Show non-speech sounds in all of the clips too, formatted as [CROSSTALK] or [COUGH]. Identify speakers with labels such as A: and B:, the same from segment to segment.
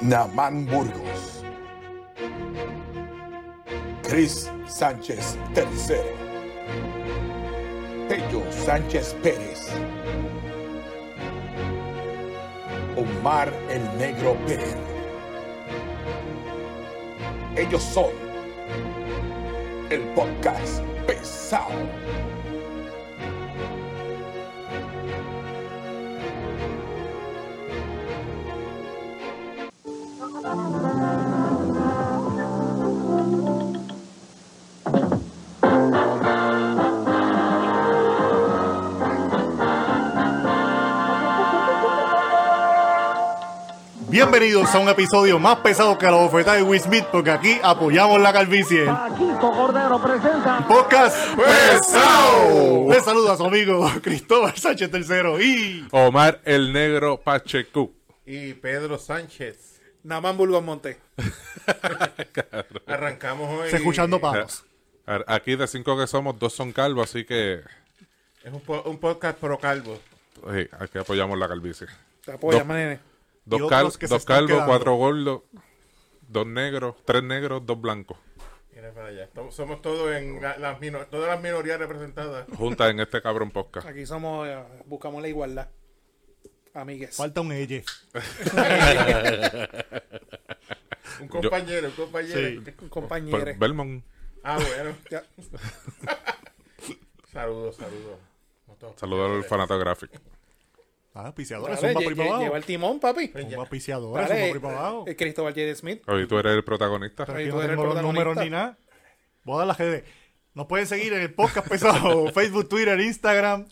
A: Namán Burgos. Cris Sánchez III. Tello Sánchez Pérez. Omar el Negro Pérez. Ellos son el podcast pesado.
B: Bienvenidos a un episodio más pesado que la bofetada de Will Smith, porque aquí apoyamos la calvicie.
C: Paquito Cordero presenta.
B: Podcast pesado. Les saluda a su amigo Cristóbal Sánchez III y
D: Omar el Negro Pacheco.
E: y Pedro Sánchez.
F: Namán
E: [LAUGHS]
F: Burgos Monte.
E: Arrancamos hoy.
B: se escuchando palos.
D: A ver, Aquí de cinco que somos, dos son calvos, así que
E: Es un, po- un podcast pro calvo.
D: sí, aquí apoyamos la calvicie.
F: Te apoya,
D: Dos.
F: manene.
B: Y
D: Dos,
B: otros
D: cal-
B: que se
D: dos
B: están
D: calvos,
B: quedando.
D: cuatro gordos, dos negros, tres negros, dos blancos.
E: Mira para allá. Estamos- Somos todos en la- las mino- todas las minorías representadas.
D: Juntas en este cabrón
E: [LAUGHS]
D: podcast.
F: Aquí somos, eh, buscamos la igualdad. Amigues.
B: Falta un elle.
E: Un compañero, un compañero.
F: Compañeros.
D: Pues, Belmont,
E: Ah, bueno.
F: Ya.
E: [LAUGHS] Saludos, saludos. No todos.
D: saludos al orfanato gráfico.
B: Ah,
F: Dale,
B: piciadores, zumba por ahí
F: lle-
B: para
F: lle- lleva
B: abajo.
F: el timón, papi.
B: Zumba piciadores, zumba
F: Dale,
B: por ahí para abajo.
F: eh, Cristóbal J. Smith.
D: Hoy tú eres el protagonista.
B: Pero
F: ahí
B: aquí
F: tú
B: no
F: eres el
B: tengo los números
F: protagonista.
B: ni nada. Voy a dar las redes. Nos pueden seguir en el podcast pesado, [LAUGHS] Facebook, Twitter, Instagram,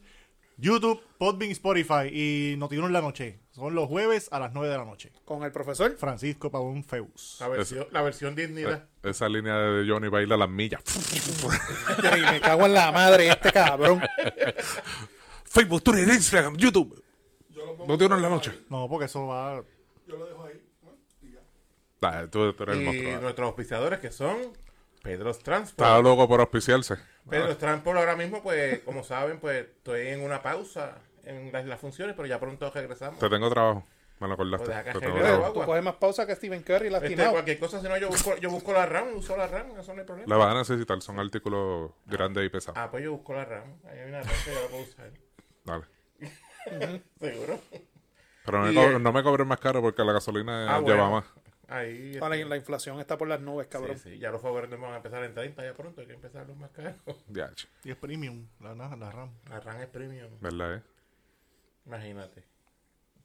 B: YouTube, Podbean, Spotify y Notiuno en la noche. Son los jueves a las 9 de la noche.
F: Con el profesor.
B: Francisco Pavón Feus.
E: La versión, la versión Disney.
D: Eh, Esa línea de Johnny baila las millas.
F: Y me cago en la madre este cabrón.
D: Facebook, Twitter, Instagram, YouTube. No te uno en la noche.
B: No, porque eso va.
D: Dale, Ah, tú, tú eres el
E: Y
D: monstruo. dale.
E: nuestros auspiciadores que son Pedro Transport.
D: Estaba loco por auspiciarse.
E: Pedro Transport ahora mismo, pues, como saben, pues estoy en una pausa en las, las funciones, pero ya pronto regresamos.
D: Te tengo trabajo. Me lo acordaste.
E: Pues deja que
D: Te tengo
E: arregle.
D: trabajo.
F: Tú coges más pausa que Steven Curry
E: Este,
F: lastimado.
E: cualquier cosa, si no, yo busco, yo busco la RAM, uso la RAM, eso no hay problema.
D: La vas a necesitar, son artículos grandes y pesados.
E: Ah, pues yo busco la RAM. Ahí hay una RAM que yo la puedo usar.
D: Dale.
E: Seguro.
D: Ah, Pero no me,
E: Y,
D: cobren-
E: eh,
D: no me cobren más caro porque la gasolina
E: Ah,
D: lleva
E: bueno.
D: más.
E: Ahí.
F: No, Ah, la,
E: este,
F: la inflación está por las nubes, cabrón.
E: sí, sí, ya los favoritos van a empezar en 30 ya pronto. Hay que empezar los más caros. [LAUGHS]
D: Diache,
B: Y es premium, la, na- la RAM.
E: La RAM es premium.
D: ¿Verdad, eh?
E: Imagínate.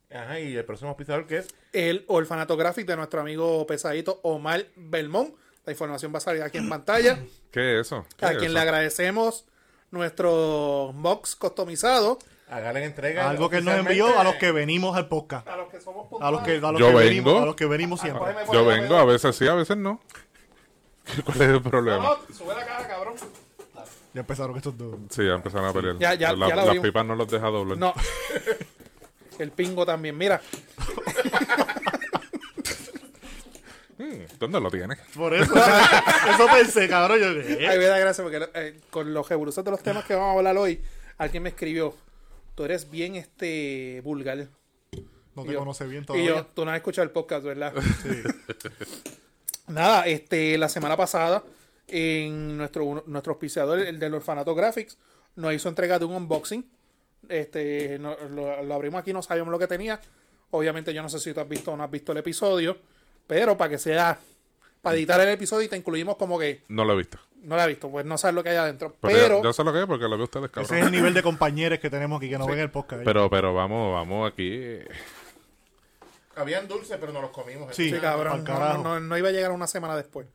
E: Ajá, y el próximo hospitador que es.
F: El orfanato gráfico de nuestro amigo pesadito Omar Belmont. La información va a salir aquí en pantalla.
D: ¿Qué es eso? ¿Qué
F: A
D: es
F: quien
D: eso?
F: le agradecemos nuestros mocks customizados.
E: Hagan entrega.
B: Algo que él nos envió a los que venimos al podcast.
F: A los que somos
B: A los que, a los
D: Yo
B: que
D: vengo.
B: venimos, a los que venimos siempre.
F: Ah, cógeme-
D: Yo vengo, a veces sí, a veces no. [LAUGHS] ¿Cuál es el problema?
F: sube la cara, cabrón.
B: Ya empezaron estos dos.
D: Sí, ya empezaron a pelear.
F: Ya, ya,
D: La-
F: ya la
D: las
F: vi.
D: pipas no los deja doblar.
F: No. [LAUGHS] El pingo también, mira.
D: Mm, ¿Dónde lo tienes?
B: Por eso, [LAUGHS] eso pensé, cabrón. Yo dije,
F: Ay,
B: eh,
F: me da gracia porque eh, con los revoluciones de los temas que vamos a hablar hoy, alguien me escribió, tú eres bien este vulgar.
B: no
F: Y
B: te
F: yo-
B: conoce bien
F: Y yo,
B: todavía.
F: tú no has escuchado el podcast, ¿verdad?
B: Sí.
F: [LAUGHS] Nada, este, la semana pasada, en nuestro, uno- nuestro auspiciador, el del Orfanato Graphics, nos hizo entrega de un unboxing. Este, no- lo, lo abrimos aquí, no sabíamos lo que tenía. Obviamente, yo no sé si tú has visto o no has visto el episodio, pero para que sea, para editar el episodio y te incluimos como que
D: No lo he visto.
F: no la has visto, pues no sabes lo que hay adentro.
D: Pero,
F: Pero,
D: ya, ya sé lo que es porque lo vi ustedes, cabrón.
B: Ese es el nivel de compañeros que tenemos aquí que nos ven el podcast.
D: [LAUGHS]
B: ¿eh?
D: Pero, pero vamos, vamos aquí.
E: Habían dulces, pero no los comimos.
B: Sí.
F: sí,
B: pa'l
F: cabrón, no,
B: carajo.
F: no- no- no iba a llegar una semana después.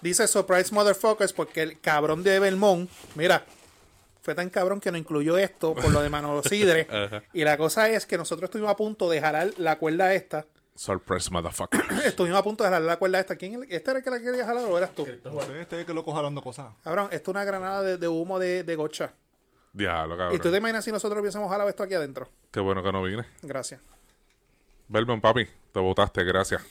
F: Dice Surprise Motherfuckers porque el cabrón de Belmont, mira, fue tan cabrón que no incluyó esto por lo de Manolo Sidre. y la cosa es que nosotros estuvimos a punto de jalar la cuerda esta. [CLEARS THROAT]
D: Surprise, motherfucker. [COUGHS]
F: Estuvimos a punto de jalar la cuerda esta. ¿Quién, ¿Este era el que la quería jalar o eras tú?
B: No sé, este es que loco jalando cosas.
F: Cabrón, esto es una granada de, de humo de, de gocha.
D: Diablo,
F: ¿Y tú te
D: cabrón.
F: imaginas si nosotros hubiésemos jalado esto aquí adentro?
D: Qué bueno que no vine.
F: Gracias.
D: Belmont, papi, te botaste, gracias.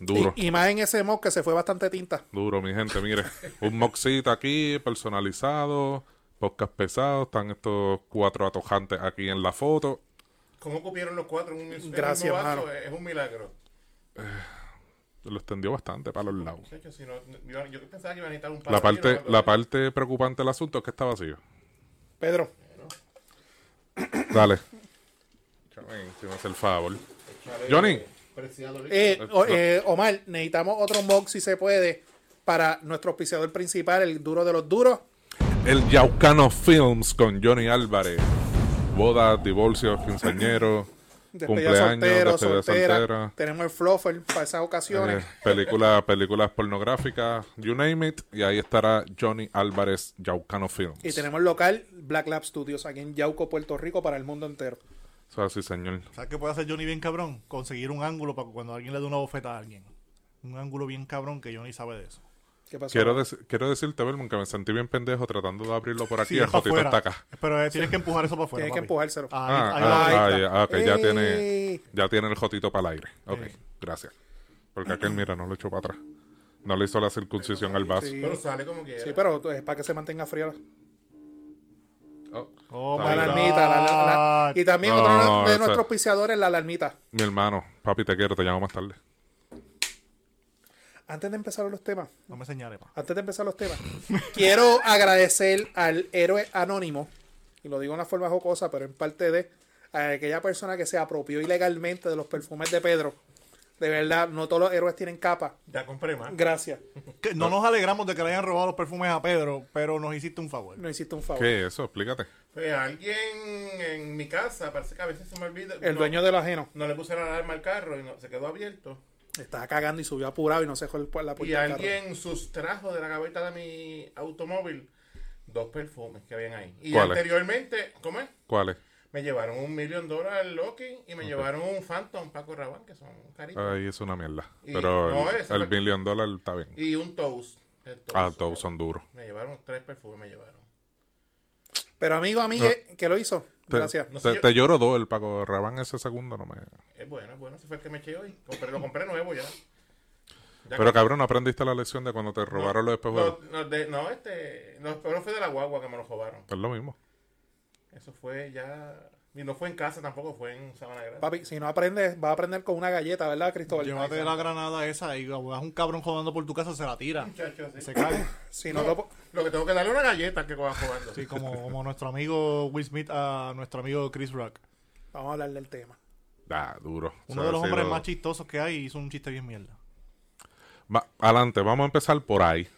D: Duro.
F: Y, y más en ese mock que se fue bastante tinta.
D: Duro, mi gente, mire. Un moxito aquí, personalizado, podcast pesado. Están estos cuatro atojantes aquí en la foto.
E: ¿Cómo cupieron los cuatro en un en un
F: Gracias,
E: mismo vaso?
F: mano.
E: Es un milagro.
D: lo extendió bastante para los lados.
E: De hecho, si no, no- yo, yo pensaba que iba a necesitar un par
D: La
E: de
D: parte,
E: libros,
D: la parte preocupante del asunto es que está vacío.
F: Pedro,
D: Dale. Chame, Si me hace el favor. Johnny.
E: Preciado libro.
F: eh, o- eh, Omar, necesitamos otro mock si se puede para nuestro auspiciador principal, el duro de los duros.
D: El Yaucano Films con Johnny Álvarez. Bodas, divorcios, quinceañeros,
F: Despedida
D: cumpleaños,
F: soltero,
D: despedida
F: soltera.
D: soltera.
F: Tenemos el fluffer para esas ocasiones.
D: eh, películas, películas pornográficas, you name it. Y ahí estará Johnny Álvarez, Yaucano Films.
F: Y tenemos el local Black Lab Studios aquí en Yauco, Puerto Rico, para el mundo entero.
D: Eso es así, señor.
B: ¿Sabes qué puede hacer Johnny bien cabrón? Conseguir un ángulo para cuando alguien le dé una bofeta a alguien. Un ángulo bien cabrón que Johnny sabe de eso.
F: ¿Qué pasó?
D: Quiero, dec- quiero decirte, Belmont, que me sentí bien pendejo tratando de abrirlo por aquí.
B: Sí,
D: el
B: es pa'
D: jotito
B: afuera.
D: está acá.
B: Pero eh, tienes que empujar eso para afuera.
F: Tienes que
B: papi.
F: empujárselo.
B: Ahí,
D: Ah,
B: ahí Eh.
D: ah,
B: va.
D: ah, ya, ok, ya tiene,
F: Ey.
D: ya tiene el jotito para el aire. Ok,
B: Eh.
D: gracias. Porque aquel, mira, no lo echó para atrás. No le hizo la circuncisión al vaso.
E: Pero sale como que
F: Sí, pero es para que se mantenga fría.
D: Oh,
B: Oh,
D: está
F: La
B: my
D: bien.
B: God.
F: alarmita. la- la- la- y también
D: No,
F: otro de
D: no, esa-
F: nuestros auspiciadores, la alarmita.
D: Mi hermano, papi, te quiero, te llamo más tarde.
F: Antes de empezar los temas,
B: No me señales, pa.
F: antes de empezar los temas, [LAUGHS] quiero agradecer al héroe anónimo, y lo digo de una forma jocosa, pero en parte de a aquella persona que se apropió ilegalmente de los perfumes de Pedro. De verdad, no todos los héroes tienen capa.
E: ya compré más.
F: Gracias.
B: Que no nos alegramos de que le hayan robado los perfumes a Pedro, pero nos hiciste un favor.
F: No hiciste un favor.
D: ¿Qué es eso? Explícate.
E: Pues alguien en mi casa, parece que a veces se me olvida.
F: El
E: no,
F: dueño del ajeno
E: No le puse la alarma al carro y no, se quedó abierto.
F: estaba cagando y subió apurado y no se dejó Pues el- la puerta.
E: Y
F: del carro.
E: alguien sustrajo de la gaveta de mi automóvil dos perfumes que habían ahí. Y
D: ¿Cuáles?
E: anteriormente, ¿cómo es?
D: ¿Cuál es?
E: Me llevaron un millón de dólares al Loki y me llevaron un Phantom Paco Rabanne, que son caritos.
D: Ay, es una mierda.
E: Y-
D: Pero
E: no,
D: el,
E: eso
D: el
E: fue-
D: billion dólar está bien.
E: Y un Toast. El Toast.
D: Ah, todos son duros.
E: Me llevaron tres perfumes, me llevaron.
F: Pero amigo, amigue, que lo hizo.
D: Te,
F: Gracias.
E: No sé
D: te-
E: yo-
D: te lloro dos, el Paco Rabán ese segundo no me...
E: Es bueno, es bueno. Ese fue el que me eché hoy. Compré- lo compré nuevo ya. Ya
D: Pero cabrón, ¿no aprendiste la lección de cuando te robaron los espejuelos?
E: No, no, de- no, este. Los peores fue de la guagua que me los robaron.
D: Es lo mismo.
E: Eso fue ya. Y no fue en casa tampoco, fue en Sabana Grande.
F: Papi, si no aprendes, vas a aprender con una galleta, ¿verdad, Cristóbal?
B: Llévate la granada esa y vas un cabrón jodando por tu casa, se la tira.
E: Muchachos, sí.
B: Se cae.
F: [COUGHS] Si
E: No,
F: no, lo po-
E: lo que tengo que darle es una galleta que coja jugando.
B: Sí, como, como nuestro amigo Will Smith a nuestro amigo Chris Rock.
F: Vamos a hablar del tema.
D: Ah, duro.
B: Uno
D: O sea,
B: de los
D: ha sido-
B: hombres más chistosos que hay hizo un chiste bien mierda.
D: Va- adelante, vamos a empezar por ahí.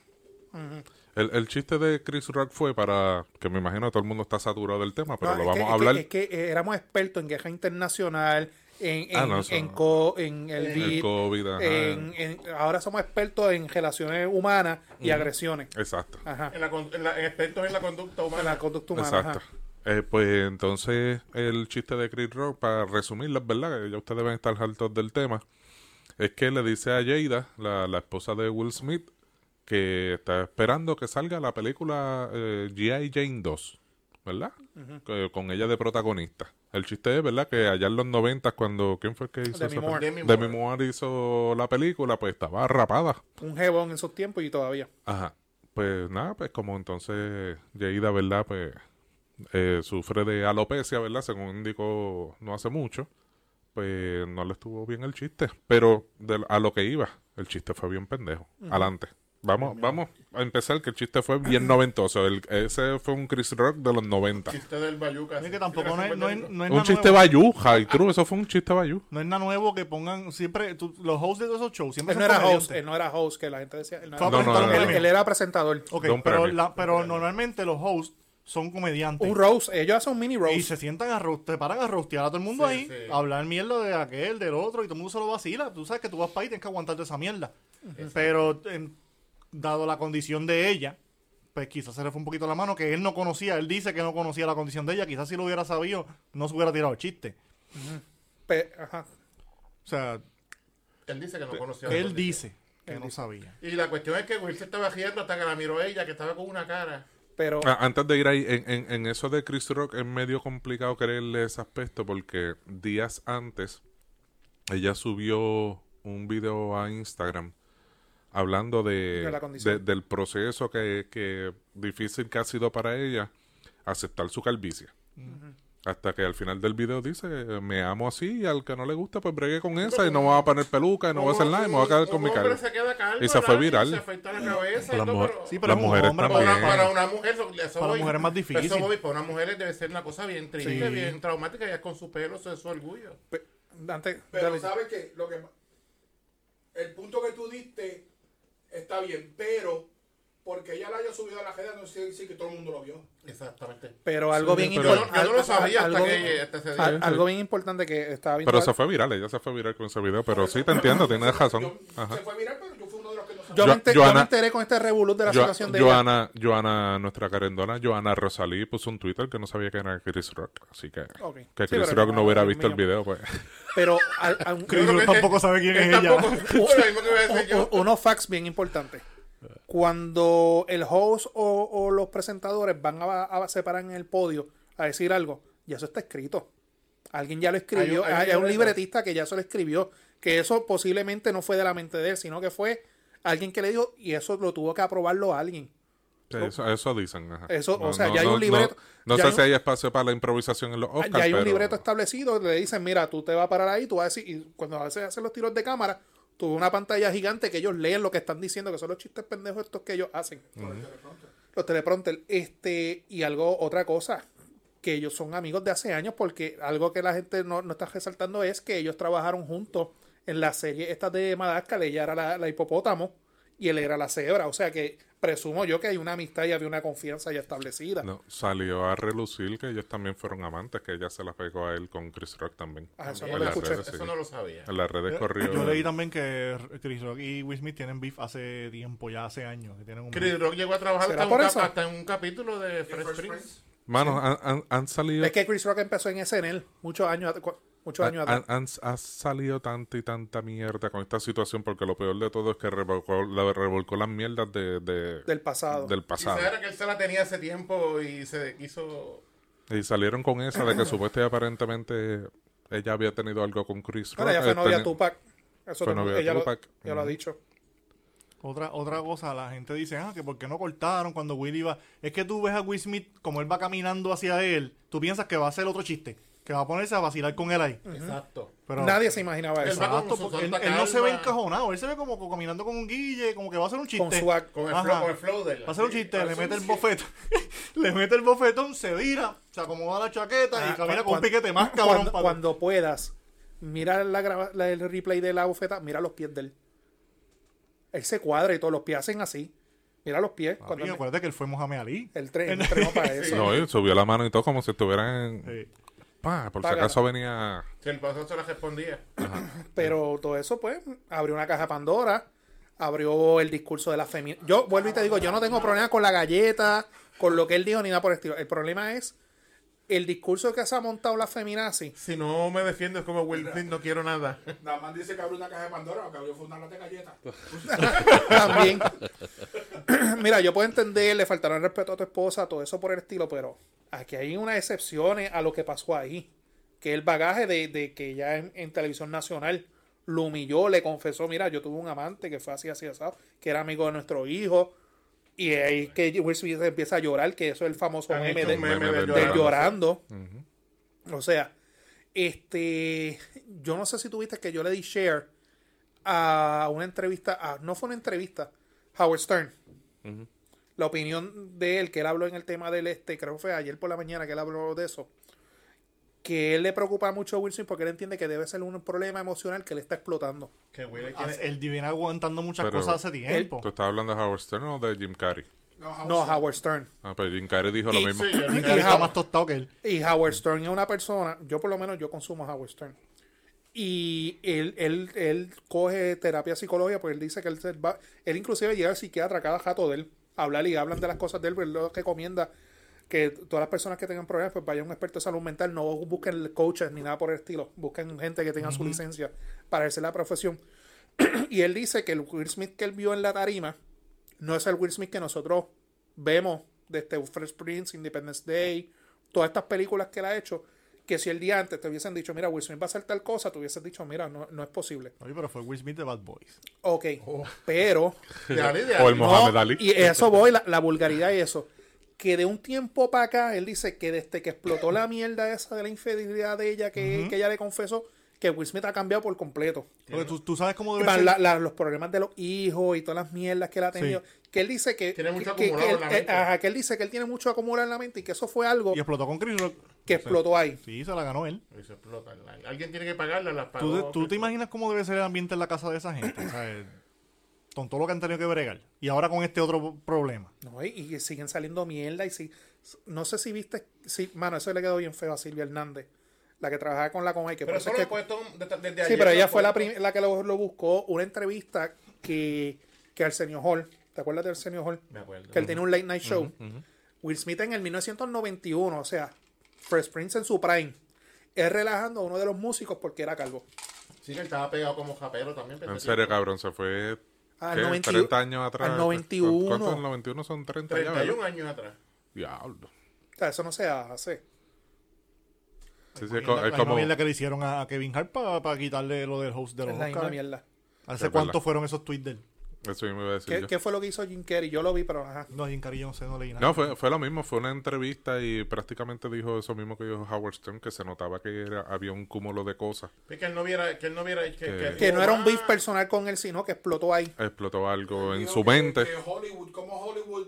D: El, el chiste de Chris Rock fue para que me imagino todo el mundo está saturado del tema, pero
F: No,
D: lo
F: es
D: vamos
F: que-
D: a
F: es que-
D: hablar.
F: Es que, eh, éramos expertos en guerra internacional, en, en,
D: Ah, no, eso
F: en
D: no.
F: co- en el,
D: el
F: beat,
D: COVID, ajá.
F: en- en- ahora somos expertos en relaciones humanas y agresiones.
D: Exacto,
F: Ajá.
E: En la, con- en la- en expertos en la conducta humana.
F: En la conducta humana.
D: exacto.
F: ajá.
D: Eh, pues entonces el chiste de Chris Rock, para resumirlo, ¿verdad? Que ya ustedes deben estar hartos del tema. Es que le dice a Jada, la, la esposa de Will Smith, que está esperando que salga la película eh, G.I. Jane 2, ¿verdad? Que- con ella de protagonista. El chiste es, ¿verdad? Que allá en los 90, cuando... ¿Quién fue que hizo
F: Demi
D: esa
F: Moore.
E: Demi Moore.
D: Demi Moore hizo la película, pues estaba rapada.
F: Un jebón en esos tiempos y todavía.
D: Ajá. Pues nada, pues como entonces Yeida, ¿verdad? Pues eh, sufre de alopecia, ¿verdad? Según indicó no hace mucho. Pues no le estuvo bien el chiste. Pero de- a lo que iba, el chiste fue bien pendejo. Adelante. Vamos, vamos a empezar que el chiste fue bien noventoso. El- ese fue un Chris Rock de los 90.
E: Chiste del bayuca.
B: Es
E: sí.
B: que tampoco
E: Mira,
B: no es, no es-
E: cincuenta
B: no es
D: Un
B: nada
D: chiste
B: nuevo.
D: bayú, high true. Eso fue un chiste bayú.
B: No es nada nuevo que pongan siempre tú- los hosts de todos esos shows. Siempre
F: Él no
B: son
F: era host,
B: comediantes.
F: él no era host, que la gente decía. Él, no
B: Fue a
F: era-
D: No, no,
B: presentar un
D: no, no.
F: él-
B: premio.
F: él era presentador.
B: Ok,
D: Da un
B: pero,
D: premio.
B: la- pero normalmente los hosts son comediantes.
F: Un roast, ellos hacen un mini roast.
B: Y se sientan a roast, te paran a rostear a todo el mundo
E: Sí,
B: ahí,
E: sí.
B: a hablar mierda de aquel, del otro, y todo el mundo se lo vacila. Tú sabes que tú vas para ahí y tienes que aguantarte esa mierda. Pero em, dado la condición de ella, pues quizás se le fue un poquito la mano, que él no conocía, él dice que no conocía la condición de ella, quizás si lo hubiera sabido, no se hubiera tirado el chiste.
F: Pe- ajá.
B: O sea,
E: Él dice que no conoció. a la
B: él
E: policía.
B: dice que no sabía.
E: Y la cuestión es que Will se estaba riendo hasta que la miró ella, que estaba con una cara.
F: Pero
D: Ah, Antes de ir ahí, en, en- en eso de Chris Rock es medio complicado creerle ese aspecto porque días antes ella subió un video a Instagram hablando de,
F: De la condición.
D: de- del proceso que, que difícil que ha sido para ella aceptar su calvicie. Hasta que al final del video dice, me amo así, y al que no le gusta, pues bregué con esa, y no me va a poner peluca, y no voy a hacer nada, y me voy a quedar con mi cara. Y se fue viral.
E: Se afeita la cabeza.
D: Pero
E: y
D: las
E: todo,
D: mujer-
E: pero-
B: Sí, pero
D: las
B: es un
D: mujeres
B: hombre,
E: para,
D: también.
E: una, para una mujer, eso- eso
B: Para la
E: voy.
B: mujer es más difícil.
E: Eso voy, para una mujer debe ser una cosa bien triste, bien traumática, ya con su pelo, eso es su orgullo.
F: Pe- Antes,
G: Pero
F: dale.
G: sabes que lo que ma- el punto que tú diste está bien, pero porque ella la haya subido a la redes no sé si que todo el mundo lo vio.
E: Exactamente.
F: Pero algo bien
E: Yo,
D: pero-
E: no- yo no lo sabía hasta que este hasta ese
F: al-
E: día.
F: algo bien importante que estaba viendo.
D: Pero se fue viral, ella se fue viral con ese video, pero sí te entiendo, tienes razón.
G: Yo-
D: Ajá.
G: Se fue viral, pero yo fui uno de los que no sabía.
F: yo, me
D: Yo-
F: enter- yo me
D: Johanna-
F: enteré con este revolut de la
D: Yo-
F: situación de ella.
D: Joana, Joana, nuestra carendona, Joana Rosalí puso un Twitter que no sabía que era Chris Rock, así que
F: Ok.
D: que
F: Sí,
D: Chris
F: pero
D: Rock
F: no,
D: no hubiera
F: Dios
D: visto el
F: mío.
D: video,
F: [LAUGHS]
D: pues.
F: Pero al-
E: [LAUGHS]
F: al-
E: Yo creo
B: Yo
E: que
B: tampoco
E: él-
B: sabe quién
E: él
B: es ella.
E: tampoco- Lo mismo que iba a decir
F: u- u-
E: yo.
F: unos facts bien importantes. Cuando el host o, o los presentadores van a, a separar en el podio a decir algo, ya eso está escrito. Alguien ya lo escribió.
E: Hay un-
F: Hay,
E: hay un
F: hay un
E: libreto.
F: libretista que ya eso lo escribió. Que eso posiblemente no fue de la mente de él, sino que fue alguien que le dijo y eso lo tuvo que aprobarlo alguien.
D: Sí, Eso, eso dicen. ajá.
F: Eso, o sea, ya hay un libreto-
D: No,
F: ya
D: sé
F: hay un- Ah,
D: si hay espacio para la improvisación en los Oscars.
F: ya hay un
D: pero-
F: libreto establecido, le dicen, mira, tú te vas a parar ahí, tú vas a decir, y cuando a veces hacen los tiros de cámara, tuve una pantalla gigante que ellos leen lo que están diciendo, que son los chistes pendejos estos que ellos hacen. Los teleprompter. Este, y algo, otra cosa, que ellos son amigos de hace años, porque algo que la gente no, no está resaltando es que ellos trabajaron juntos en la serie esta de Madagascar, ella era la, la hipopótamo y él era la cebra, o sea que presumo yo que hay una amistad y había una confianza ya establecida.
D: No, salió a relucir que ellos también fueron amantes, que ella se la pegó a él con Chris Rock también.
F: Ah, eso
D: En
F: no lo
D: las
F: escuché,
D: redes, Pues sí.
E: Eso no lo sabía.
D: En las redes corrió.
B: Yo leí también que Chris Rock y Will Smith tienen beef hace tiempo, ya hace años. Que tienen un
E: Chris Rock llegó a trabajar
F: ¿Será
E: hasta un,
F: por
E: cap-
F: eso?
E: hasta en un capítulo de Fresh
G: Fresh
E: Prince.
D: Mano, han, han- han salido.
F: Es que Chris Rock empezó en SNL muchos años, at- cu- muchos años
D: han,
F: Este atrás.
D: han- ha salido tanta y tanta mierda con esta situación porque lo peor de todo es que revolcó, la- revolcó las mierdas de, de-
F: Del pasado.
D: del
E: Quizás
D: pasado.
E: era que él se la tenía hace tiempo y se quiso.
D: Y salieron con esa de que supuestamente y aparentemente ella había tenido algo con Chris Rock.
F: Bueno, ella
D: eh,
F: fue novia
D: teni-
F: de Tupac. Eso
D: fue
F: todo-
D: novia de
F: ella, lo,
D: Tupac.
F: ella lo ha
D: Ujú.
F: dicho.
B: Otra, otra cosa, la gente dice, ah, que por qué no cortaron cuando Will iba. Es que tú ves a Will Smith, como él va caminando hacia él, tú piensas que va a hacer otro chiste, que va a ponerse a vacilar con él ahí.
E: Exacto.
B: Pero,
F: Nadie se imaginaba
E: Él
F: eso.
E: va
B: Exacto,
E: con su
B: porque él,
E: santa
B: él no se ve
E: calma.
B: encajonado, él se ve como, como caminando con un guille, como que va a hacer un chiste.
F: Con su ac-
E: Con el,
B: Ajá.
E: flow, con el flow de él.
B: Va a hacer un chiste, le
E: Hace
B: mete el
E: chiste.
B: bofetón, [LAUGHS] le mete el bofetón, se vira, se acomoda la chaqueta
F: Ah,
B: y camina
F: cu-
B: con un
F: cuan-
B: piquete más
F: cuando-
B: cabrón.
F: Cuando,
B: pa-
F: puedas, mira la grava- la- el replay de la bofeta, mira los pies de él. Él se cuadra y todos los pies hacen así. Mira los pies.
B: Papi,
F: cuando él,
B: acuérdate que él fue Mohamed Ali.
F: el
B: [LAUGHS]
F: tren, el tren para eso.
D: No, y subió la mano y todo como si estuvieran.
B: Sí.
D: Pa, por si
F: Págala.
D: acaso venía.
E: Si el pasado se la respondía.
F: Pero todo eso, pues, abrió una caja de Pandora, abrió el discurso de la feminidad. Yo vuelvo y te digo, yo no tengo problema con la galleta, con lo que él dijo, ni nada por el estilo. El problema es el discurso que se ha montado la feminazi.
E: Si no me defiendes como Will Smith, no
D: [LAUGHS]
E: quiero nada.
G: Nada más dice que abrió una caja de Pandora, lo que abrió fue una lata de galletas.
F: También. [CLEARS THROAT] Mira, yo puedo entender, le faltaron el respeto a tu esposa, todo eso por el estilo, pero aquí hay unas excepciones a lo que pasó ahí. Que el bagaje de, de que ya en, en televisión nacional lo humilló, le confesó, mira, yo tuve un amante que fue así, así, asado, que era amigo de nuestro hijo. Y ahí que Will Smith empieza a llorar, que eso es el famoso
E: Han
F: meme
E: hecho
F: de,
E: un meme
D: de
E: de
F: de
D: llorando.
E: llorar.
F: llorando. O sea, este, yo no sé si tuviste que yo le di share a una entrevista, a- no fue una entrevista, Howard Stern. La opinión de él, que él habló en el tema del este, creo que fue ayer por la mañana que él habló de eso, que él le preocupa mucho a Wilson porque él entiende que debe ser un problema emocional que le está explotando.
E: Que Will
B: Ah,
E: tiene-
B: Él viene aguantando muchas
D: Pero-
B: cosas hace tiempo.
D: ¿Tú estás hablando de Howard Stern o de Jim Carrey?
F: No, Howard Stern.
D: Ah, pero Jim Carrey dijo lo
E: Sí,
D: mismo.
E: sí, yo
B: Él
E: dije,
B: está más tostado que él.
F: Y Howard Stern es una persona, yo por lo menos yo consumo Howard Stern. Y él, él, él coge terapia psicológica porque él dice que él, se va, él inclusive llega al psiquiatra cada jato de él, a hablar y hablan de las cosas de él, pero él lo recomienda que todas las personas que tengan problemas pues vayan a un experto de salud mental, no busquen coaches ni nada por el estilo, busquen gente que tenga su licencia para ejercer la profesión. [CLEARS THROAT] y él dice que el Will Smith que él vio en la tarima no es el Will Smith que nosotros vemos desde Fresh Prince, Independence Day, todas estas películas que él ha hecho, que si el día antes te hubiesen dicho, mira, Will Smith va a hacer tal cosa, te hubiesen dicho, mira, no, no es posible.
B: Oye, pero fue Will Smith de Bad Boys.
F: Ok, pero...
E: de Ali, de
D: O el
E: Ali.
D: Oh. [LAUGHS] Mohamed
F: No,
D: Ali.
F: Y eso voy, la, la vulgaridad y eso. que de un tiempo para acá, él dice que desde que explotó la mierda esa de la infidelidad de ella, que, que ella le confesó, que Will Smith ha cambiado por completo.
B: Porque tú, tú sabes cómo
F: Y
B: debe
F: más
B: ser.
F: la- la- los problemas de los hijos y todas las mierdas que él ha tenido. Que él dice que.
E: Tiene mucho
F: que- que-
E: acumulado
F: que
E: en la
F: él- eh,
E: mente.
F: ajá, que él dice que él tiene mucho acumulado en la mente y que eso fue algo
B: Y explotó con Chris Rock.
F: que
B: O sea,
F: explotó ahí.
B: Sí, se la ganó él.
E: Y se explota. La- Alguien tiene que pagarla, las
B: ¿Tú,
E: pagó.
B: tú te imaginas cómo debe ser el ambiente en la casa de esa gente? O sea, eh, con todo lo que han tenido que bregar. Y ahora con este otro problema.
F: No, y, y siguen saliendo mierda. Y si, no sé si viste. Sí, mano, eso le quedó bien feo a Silvia Hernández, la que trabajaba con la conja. Que por
E: Pero
F: eso
E: eso
F: es
E: lo he
F: que-
E: puesto desde, desde
F: sí,
E: ayer,
F: pero
E: lo
F: ella
E: he
F: fue la,
E: puesto.
F: prim- la que lo, lo buscó. Una entrevista que, que Arsenio Hall. ¿Te acuerdas de Arsenio Hall?
E: Me acuerdo.
F: Que él tenía un late night show. Will Smith en el 1991, o sea, Fresh Prince en su prime. Es relajando a uno de los músicos porque era calvo.
E: Sí, que él estaba pegado como japero también. pero
D: En
E: sí,
D: serio, cabrón, se fue
F: Ah, Al
D: ¿qué?
F: 90
D: 30 años atrás.
F: al 91.
D: ¿Cuántos en 91 son 30 ya, verdad?
E: 31 años atrás.
D: Diablo.
F: O sea, eso no se hace.
D: Sí, sí, es, co- es
B: la misma
D: como...
B: mierda que le hicieron a, a Kevin Hart para quitarle lo del host de los
F: Es la misma
B: Oscars.
F: mierda.
B: ¿Hace
D: Es
B: cuánto
D: verdad.
B: fueron esos tweets de él?
D: Eso mismo iba a decir
F: ¿Qué,
D: yo.
F: qué fue lo que hizo Jim Carrey? Yo lo vi, pero ajá.
B: No, Jim Carrey, yo no sé, no leí nada.
D: No, fue, fue lo mismo, fue una entrevista y prácticamente dijo eso mismo que dijo Howard Stern, que se notaba que era- había un cúmulo de cosas.
E: Es que él no viera... Que, él no, viera, que,
D: Que-
F: Que no era un beef
E: personal.
F: personal con él, sino que explotó ahí.
D: Explotó algo en
G: Digo
D: su
G: que-
D: mente.
G: que Hollywood, como Hollywood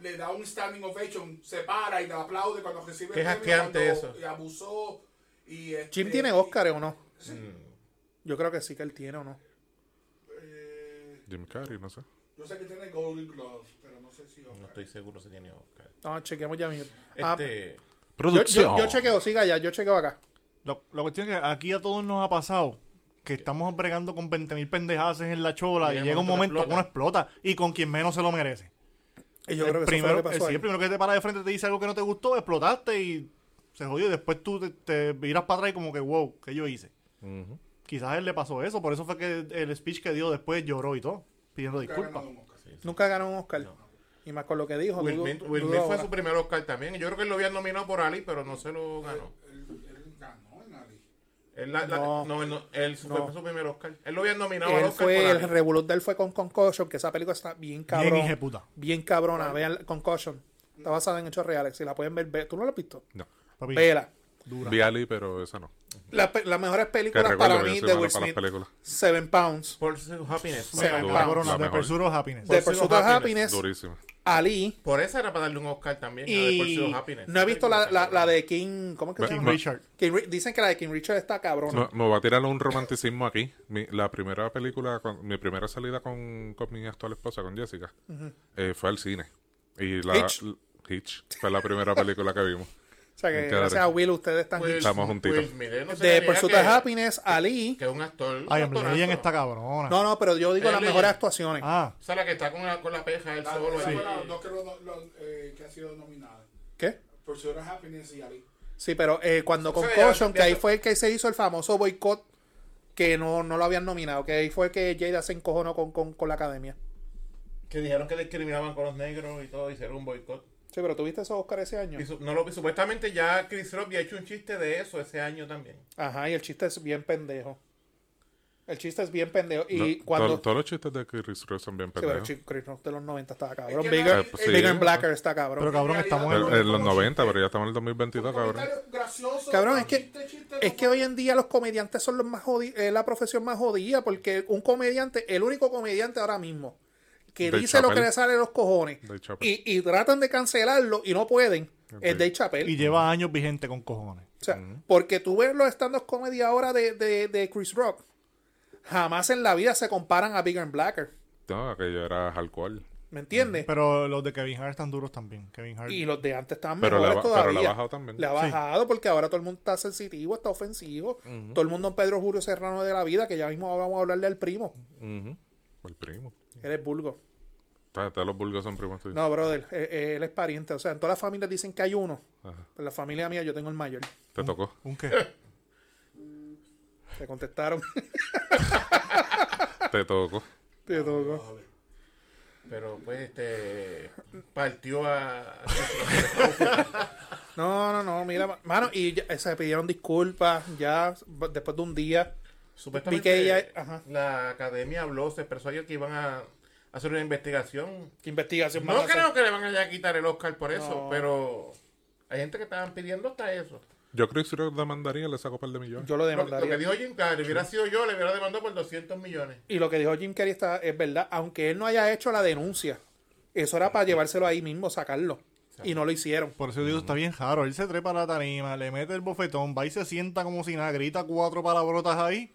G: le da un standing ovation, se para y le aplaude cuando recibe
E: Qué
G: el premio,
E: hackeante
G: cuando
E: eso.
G: Y abusó. Y este,
F: ¿Jim tiene Oscar o no? Yo creo que sí que él tiene o no.
G: eh,
D: Jim Carrey, no sé.
G: yo sé que tiene Golden Glove, pero no sé si Oscar.
E: No estoy seguro si tiene Oscar.
F: No, chequeamos ya mismo. Ah,
E: Este...
F: yo, yo, yo chequeo, siga ya, yo chequeo acá.
B: Lo- La, cuestión es que aquí a todos nos ha pasado que estamos bregando con 20.000 pendejadas en la chola y,
E: Llega
B: llega un momento
E: explota.
B: que uno explota y con quien menos se lo merece.
F: Y yo
B: el
F: creo que eso fue
B: primero,
F: lo que pasó
B: sí,
F: ahí.
B: el primero que te para de frente te dice algo que no te gustó, explotaste y se jodió. Y después tú te, te miras para atrás y como que, wow, ¿qué yo hice? Quizás a él le pasó eso, por eso fue que el speech que dio después lloró y todo, pidiendo
G: Nunca ha ganado
B: disculpas.
G: un Oscar.
F: Nunca ganó un Oscar. Y más con lo que dijo.
E: Will
F: dudo-
E: Smith, Will
F: dudo
E: Smith fue
F: ahora.
E: su primer Oscar también. Yo creo que él lo había nominado por Ali, pero no se lo ganó.
G: Él, él ganó en Ali.
E: Él la- la-
F: No.
E: no, él, no- él fue
F: No.
E: su primer Oscar. Él lo había nominado al
F: Él
E: Oscar
F: fue,
E: por
F: el
E: Ali.
F: revolut de él fue con Concussion, que esa película está bien cabrón. Bien,
B: hijeputa.
F: cabrona, vean Concussion. Está basada en hechos reales. Si la pueden ver, ve- ¿tú no la has visto?
D: No.
B: Papi,
F: Vela.
D: Vi Ali, pero esa no.
F: La pe- Las mejores
D: Que
F: películas
D: recuerdo
F: para
D: que yo
F: mí
D: soy
F: de
D: malo
F: Will
D: para las
F: Smith.
D: películas.
F: Seven Pounds.
E: Por su happiness.
F: Se
E: Bueno,
F: ganó.
B: la corona,
D: La
B: de
D: mejor.
B: Pursuit of Happiness.
F: De
E: Pursuit of
F: Pursuit of Happiness.
E: Happiness.
D: Durísima.
F: Ali.
E: Por esa era para darle un Oscar también. la de
F: Y
E: Pursuit of Happiness.
F: no he visto la, la, la de
E: Esa
F: King. ¿Cómo es que
D: Ma-
F: se
D: ma-
F: llama?
B: King Richard.
F: King Ri- dicen que la de King Richard está cabrona.
D: Me, me va a tirar un romanticismo aquí. Mi- la primera película, con- mi primera salida con, con mi actual esposa, con Jessica, eh, fue al cine. Y la,
F: Hitch.
D: l- Hitch fue la primera película que vimos.
F: o sea que
D: claro.
F: gracias a Will ustedes están.
E: Will-
D: Estamos juntitos.
E: Will Smith, él Pues, no se
F: de
E: niega
F: Pursuit
E: que-
F: of Happiness, Ali.
E: Que es un
B: Ay,
E: actor. un
B: hombre,
E: actorazo.
B: Leyen está cabrona.
F: No, no, pero yo digo
E: Es
F: las
E: leyenda.
F: mejores actuaciones.
B: Ah,
E: Esa es la que está con la, con la peja él
G: Esa
E: solo.
G: fue
E: ahí.
G: la- Los que, lo- lo- eh, que han sido nominadas.
F: ¿Qué?
G: Pursuit of Happiness y Ali.
F: Sí, pero eh, cuando
E: sea,
F: Concussion,
E: ya-
F: que ahí
E: ya-
F: fue el que se hizo el famoso boicot que no, no lo habían nominado, que ahí fue que Jada se encojonó con, con, con la academia.
E: Que dijeron que discriminaban con los negros y todo. Hicieron un boicot.
F: Sí, pero tuviste esos Oscar ese año.
E: Y su- no lo, supuestamente ya Chris Rock había hecho un chiste de eso ese año también.
F: Ajá, y el chiste es bien pendejo. El chiste es bien pendejo. Y
D: No,
F: cuando.
D: to- todos los chistes de Chris Rock son bien
F: Sí, pero
D: pendejos.
F: Chris- Chris Rock de los 90 estaba cabrón.
G: Es que
F: Bigger,
G: la-
D: Eh, pues sí.
F: Bigger and Blacker está cabrón.
B: pero cabrón, estamos en
D: En-
B: el-
D: en los 90, pero ya estamos en el 2022, cabrón.
G: Comentario gracioso,
F: Cabrón, es que,
G: chiste, chiste,
F: es
G: no-
F: que hoy en día los comediantes son los más jodi- eh, la profesión más jodida, porque un comediante, el único comediante ahora mismo, que
D: Dave
F: dice lo que
D: Chappelle.
F: le sale de los cojones
D: Dave Chappelle.
F: y, y tratan de cancelarlo y no pueden, es
D: Ok.
F: Dave Chappelle.
B: y lleva años vigente con cojones.
F: o sea, porque tú ves los stand-up comedy ahora de, de- de Chris Rock, jamás en la vida se comparan a Bigger and Blacker.
D: No, aquello era alcohol.
F: ¿Me entiendes?
B: Pero los de Kevin Hart están duros también. Kevin Hart.
F: Y los de antes estaban
D: Pero
F: mejores
D: la ba- pero la
F: todavía.
D: ha bajado también.
F: Le ha
D: Sí.
F: bajado porque ahora todo el mundo está sensitivo, está ofensivo. Todo el mundo en Pedro Julio Serrano de la vida, que ya mismo vamos a hablarle al primo.
D: Ujú. El primo.
F: Eres vulgo.
D: Ta- ta- los vulgos son primos tuyos.
F: No, brother, eh, eh, él es pariente. O sea, en todas las familias dicen que hay uno.
D: Ajá.
F: Pero en la familia mía yo tengo el mayor.
D: Te tocó.
B: ¿Un qué?
E: [LAUGHS]
F: Te contestaron. [LAUGHS]
D: Te tocó.
F: Te tocó.
E: Pero pues este partió a
F: No, no, no, mira, mano, y ya- se pidieron disculpas ya después de un día.
E: supuestamente
F: Vi que ella- ajá.
E: la academia habló, se expresó ayer que iban a hacer una investigación.
F: ¿Qué investigación
E: No
F: van a hacer?
E: creo que le van a ya quitar el Oscar por eso,
F: No.
E: pero hay gente que estaban pidiendo hasta eso.
D: Yo creo que si lo demandaría le saco un par de millones.
F: Yo lo
E: Lo, lo
F: demandaría.
E: que dijo Jim Carrey, hubiera sido yo, le hubiera demandado por 200 millones.
F: Y lo que dijo Jim Carrey está, es verdad, aunque él no haya hecho la denuncia, eso era para llevárselo ahí mismo, sacarlo. Y no lo hicieron.
B: Por eso digo, está bien raro. Él se trepa a la tarima, le mete el bofetón, va y se sienta como si nada, grita cuatro palabrotas ahí.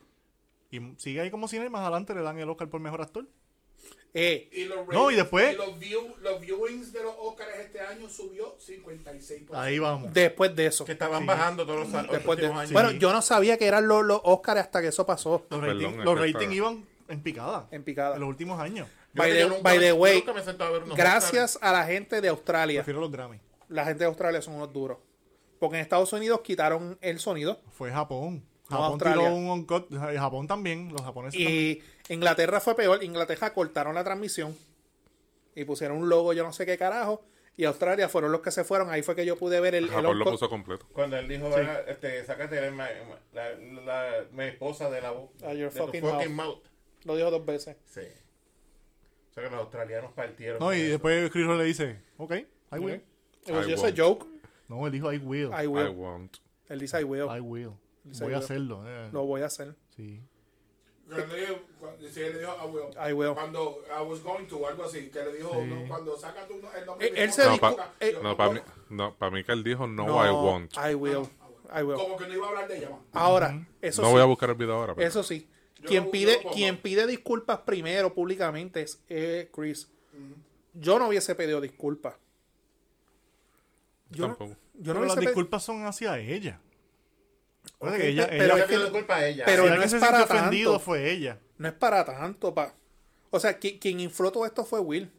B: Y sigue ahí como si nada, y más adelante le dan el Oscar por mejor actor.
F: Eh,
G: Y los
B: No, y después-
G: y los, view- los viewings de los Oscars este año subió 56%.
B: Ahí vamos.
F: después de eso.
E: Que estaban
B: Sí.
E: bajando todos los, a- los
F: Después de-
E: últimos años.
F: Bueno, yo no sabía que eran los, los Oscars hasta que eso pasó
B: Los
D: Perdón,
B: ratings
D: es
B: los
D: que
B: rating
D: está-
B: iban en picada
F: en picada.
B: en los últimos años.
F: by
E: Yo
F: the-
E: nunca
F: by
E: me-
F: the
E: yo
F: way,
E: nunca me he sentado a ver unos
F: Gracias a la gente de Australia.
B: Prefiero los Grammy.
F: La gente de Australia son unos duros. Porque en Estados Unidos quitaron el sonido.
B: Fue Japón.
F: No,
B: Japón
F: Australia.
B: tiró un uncut. Japón también. Los japoneses también.
F: Y Inglaterra fue peor. Inglaterra cortaron la transmisión y pusieron un logo, yo no sé qué carajo. Y Australia fueron los que se fueron. Ahí fue que yo pude ver el. el
D: Japón lo
F: Oscar.
D: puso completo.
E: Cuando él dijo, ¿verdad? este, sácate la, la- la- mi esposa de la boca.
F: Ah, your
E: de
F: fucking
E: tu fucking mouth.
F: Lo dijo dos veces.
E: Sí. O sea que los australianos partieron.
B: No,
E: con
B: y
E: eso.
B: después Chris Rock le dice, ok, I will.
F: It was
D: I
F: just
D: won't.
F: a joke.
B: No, él dijo I will.
F: I
B: I,
D: I
F: will.
D: want.
F: Él dice I will.
B: will.
F: Dice,
B: Voy
F: "I
B: a
F: will".
B: hacerlo. eh.
F: Lo voy a hacer.
B: Sí.
G: Cuando le cuando- sí, le dijo, I will.
F: I will.
G: Cuando I was going to, algo así, que le dijo, no, cuando saca tu el nombre.
F: Él-
G: de
F: él
G: tu
F: se
G: mamá,
D: No,
F: discu-
D: para
F: eh,
G: yo-
D: no, pa mí, no, pa' mí que él dijo no, I
F: No, ah,
D: want.
F: I will. I will.
G: Como que no iba a hablar de ella más.
F: Ahora, eso
D: No
F: sí.
D: voy a buscar el video ahora. pero-
F: Eso sí.
G: Yo
F: Quien
G: lo-
F: pide,
G: yo lo pongo.
F: quien pide disculpas primero públicamente es eh, Chris. Yo no hubiese pedido disculpas. Yo no-
D: tampoco. [LAUGHS]
F: Yo no
B: pero las
F: hubiese pedido-
B: disculpas son hacia ella. Acuérdate que
F: Ok,
B: ella,
F: pe-
B: ella-
F: pero
E: Yo
F: es
E: le
F: que-
E: pido culpa a ella.
F: pero-
B: si
F: no
B: alguien
F: es
B: se
F: para
B: sintió ofendido
F: tanto.
B: fue ella.
F: No es para tanto, pa. O sea, qui- quien infló todo esto fue Will.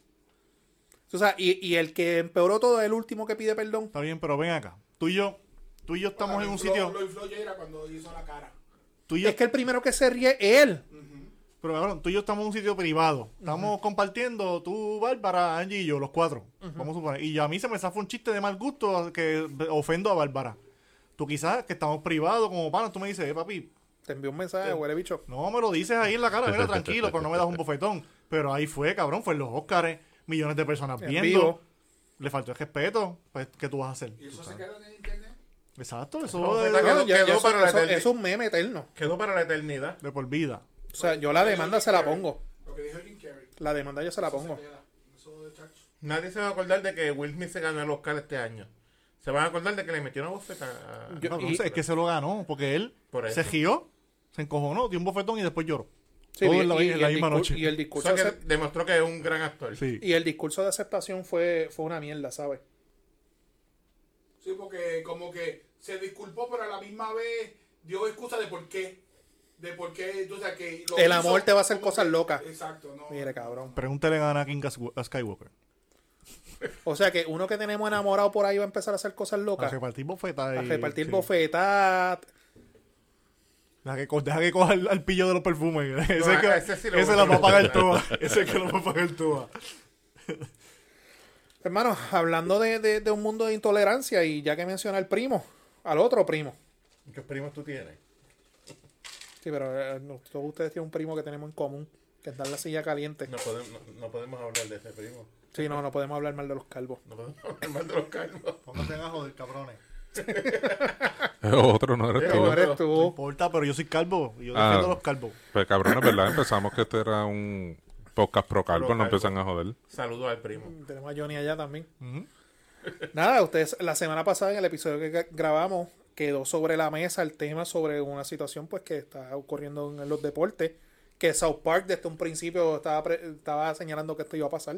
F: O sea, y, y el que empeoró todo es el último que pide perdón.
B: Está bien, pero ven acá. Tú y yo, tú y yo estamos en un
G: Lo-
B: sitio.
G: Lo infló Yera cuando hizo la cara.
B: Tú y yo,
F: Es que el primero que se ríe es él.
B: pero cabrón, tú y yo estamos en un sitio privado. Estamos compartiendo, tú, Bárbara, Angie y yo, los cuatro. Vamos a suponer. Y a mí se me zafa un chiste de mal gusto que ofendo a Bárbara. Tú quizás que estamos privados como panas, tú me dices, eh, papi,
F: Te envió un mensaje, huele bicho.
B: No, me lo dices ahí en la cara, mira, tranquilo, pero no me das un bofetón. Pero ahí fue, cabrón, fue en los Óscares, millones de personas
F: En
B: viendo.
F: vivo.
B: Le faltó el respeto, pues, ¿qué tú vas a hacer?
G: Y
B: Tú
G: eso se
B: sabes.
G: queda en el internet.
B: Exacto, eso
E: No,
B: de,
E: está
B: de-
E: claro.
F: No, ya- ya
E: quedó
F: eso-
E: para la
F: eso-
E: eternidad.
F: es un meme eterno.
E: Quedó para la eternidad.
B: de por vida.
F: O sea, yo la demanda se la pongo.
G: Lo que dijo Jim Carrey.
F: La demanda yo se la pongo.
G: Queda. Eso de chacho.
E: Nadie se va a acordar de que Will Smith se ganó el Oscar este año. Se van a acordar de que le metió una bofeta. a-
F: Yo-
B: No, no
F: y-
B: sé, es que se lo ganó, porque él
E: Por eso.
B: se gió, se encojonó, dio un bofetón y después lloró.
F: Sí,
B: Todo
F: y-
B: en la,
F: y-
B: en
F: y
B: la
F: el
B: misma
F: discur-
B: noche.
F: Y el
E: O
F: discurso
E: sea que
F: de acep-
E: demostró que es un gran actor.
B: Sí.
F: y el discurso de aceptación fue, fue una mierda, ¿sabes?
G: Sí, porque como que se disculpó, pero a la misma vez dio excusa de por qué. De por qué, tú sabes que... lo
F: El
G: hizo
F: amor te va a hacer
G: como
F: cosas
G: que-
F: locas.
G: Exacto, no.
F: Mire, cabrón.
B: Pregúntale a Anakin Kas- a Skywalker.
F: O sea que uno que tenemos enamorado por ahí va a empezar a hacer cosas
B: A
F: locas.
B: repartir bofetas.
F: A
B: y-
F: repartir
B: sí.
F: bofetadas.
B: Deja que, co- deja que coja al, al pillo de los perfumes. ese
E: No,
B: que,
E: a ese sí lo
B: ese
E: voy a
B: la va a pagar
E: repartir.
B: toda. Ese que lo va a pagar toda.
F: Hermano, hablando de, de- de un mundo de intolerancia y ya que menciona al primo, al otro primo.
E: ¿Qué primos tú tienes?
F: Sí, pero eh, no, todos ustedes tienen un primo que tenemos en común, que está en la silla caliente.
E: No podemos, no, no podemos hablar de ese primo.
F: Sí, no, no podemos hablar mal de los calvos.
E: No podemos [LAUGHS] hablar mal de los calvos.
B: Pónganse a joder, cabrones.
D: Otro no
E: Sí,
D: eres
F: No
D: tú.
E: bueno.
F: eres
B: No
F: tú.
B: importa, pero yo soy calvo. Y yo
D: Ah.
B: defiendo a los calvos.
D: Pues cabrones, ¿verdad? Empezamos que este era un podcast pro calvo,
E: Pro
D: no
E: calvo.
D: empiezan a joder.
E: Saludos al primo.
F: Tenemos a Johnny allá también. Nada, ustedes, la semana pasada en el episodio que gra- grabamos, quedó sobre la mesa el tema sobre una situación pues que está ocurriendo en los deportes. Que South Park desde un principio estaba, pre- estaba señalando que esto iba a pasar.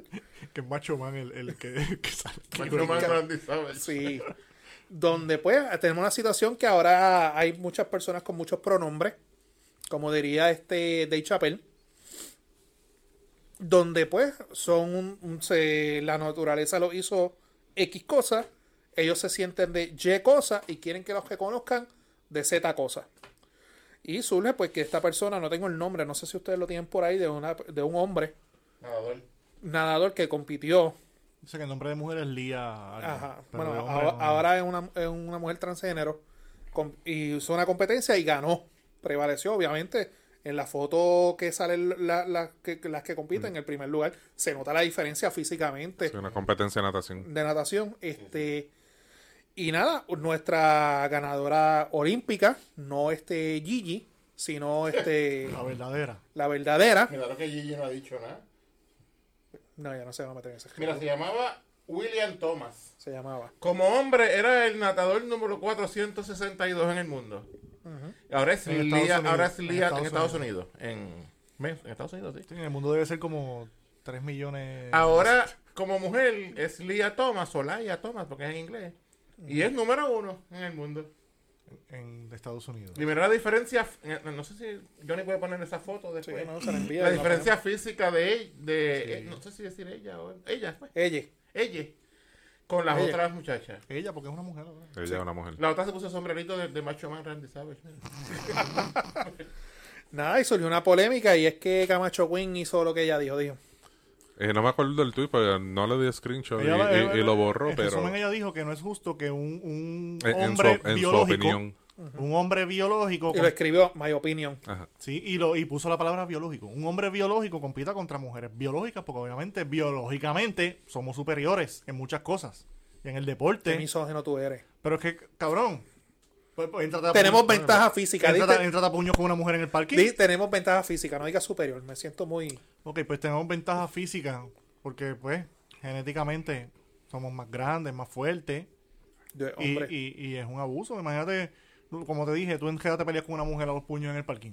B: Que es macho man el, el que, [LAUGHS] que sale.
E: Macho Man Randy Savage.
F: Sí. Donde pues tenemos una situación que ahora hay muchas personas con muchos pronombres, como diría este Dave Chappelle, donde pues son un- un- se- la naturaleza lo hizo X cosas, ellos se sienten de Y cosa y quieren que los reconozcan de Z cosa. Y surge pues que esta persona, no tengo el nombre, no sé si ustedes lo tienen por ahí, de, una, de un hombre
E: Nadador.
F: nadador que compitió
B: O sea, que el nombre de mujer es Lía. algo,
F: Ajá.
B: pero
F: Bueno,
B: de hombre
F: ahora,
B: no.
F: ahora es, una, es una mujer transgénero com- y hizo una competencia y ganó. Prevaleció, obviamente. En la foto que salen la- la- que- las que compiten en el primer lugar, se nota la diferencia físicamente
D: Es una competencia de natación.
F: de natación. Este. Y nada, nuestra ganadora olímpica, no este Gigi,
B: [LAUGHS]
F: sino este
B: La verdadera.
F: la verdadera.
E: Claro que Gigi no ha dicho nada.
F: No, ya no se va a meter en ese.
E: Mira, se llamaba William Thomas.
F: Se llamaba.
E: Como hombre, era el natador número 462 en el mundo. Ahora es
B: En
E: Lía-
B: Estados Unidos.
E: ahora es Lía- en
B: En
E: Estados
B: Estados
E: Unidos. En, ¿ves? en Estados Unidos, sí.
B: Sí, en el mundo debe ser como 3 millones.
D: Ah,
E: Ahora, como mujer, es Lia Thomas o Laia Thomas, porque es en inglés. Y es número uno en el mundo.
B: en Estados Unidos.
E: Y mira la diferencia. eh, No sé si Johnny puede poner esa foto
F: Sí,
B: Pues,
E: después.
F: no, se la envía.
E: la
F: y la
E: diferencia física de ella. De, eh, no sé si decir ella o ella. fue.
F: ponemos. Ella.
E: Ella. Con las
F: Ella.
E: otras muchachas.
B: Ella, porque es una mujer. ¿verdad?
D: Ella es una mujer.
E: La otra se puso sombrerito de, de Macho Man Randy Savage. mira.
F: Nada, y surgió una polémica y es que Camacho Quinn hizo lo que ella dijo. Dijo,
D: Eh, no me acuerdo del tweet, pero no le di screenshot y,
B: Ella-
D: y-
B: ella-
D: y lo borró,
B: en
D: pero
B: resumen, ella dijo que no es justo que un, un
D: en, en su,
B: hombre
D: en su
B: biológico.
D: opinión.
B: Un hombre biológico.
F: y
B: con-
F: lo escribió, my opinion.
D: Ajá.
B: sí, y, lo, y puso la palabra biológico. Un hombre biológico compita contra mujeres biológicas porque obviamente biológicamente somos superiores en muchas cosas. Y en el
F: Qué
B: deporte.
F: misógino tú eres.
B: Pero es que, cabrón. pues- pues, éntrate a
F: Tenemos
B: puños-
F: ventaja física,
B: Éntrate,
F: ¿viste?
B: éntrate a puños con una mujer en el parque.
F: Di, tenemos ventaja física, no digas superior. Me siento muy.
B: Ok, pues tenemos ventaja física, porque pues genéticamente somos más grandes, más fuertes,
F: yo-
B: y,
F: hombre.
B: y- y es un abuso. Imagínate, como te dije, tú en te peleas con una mujer a los puños en el parking.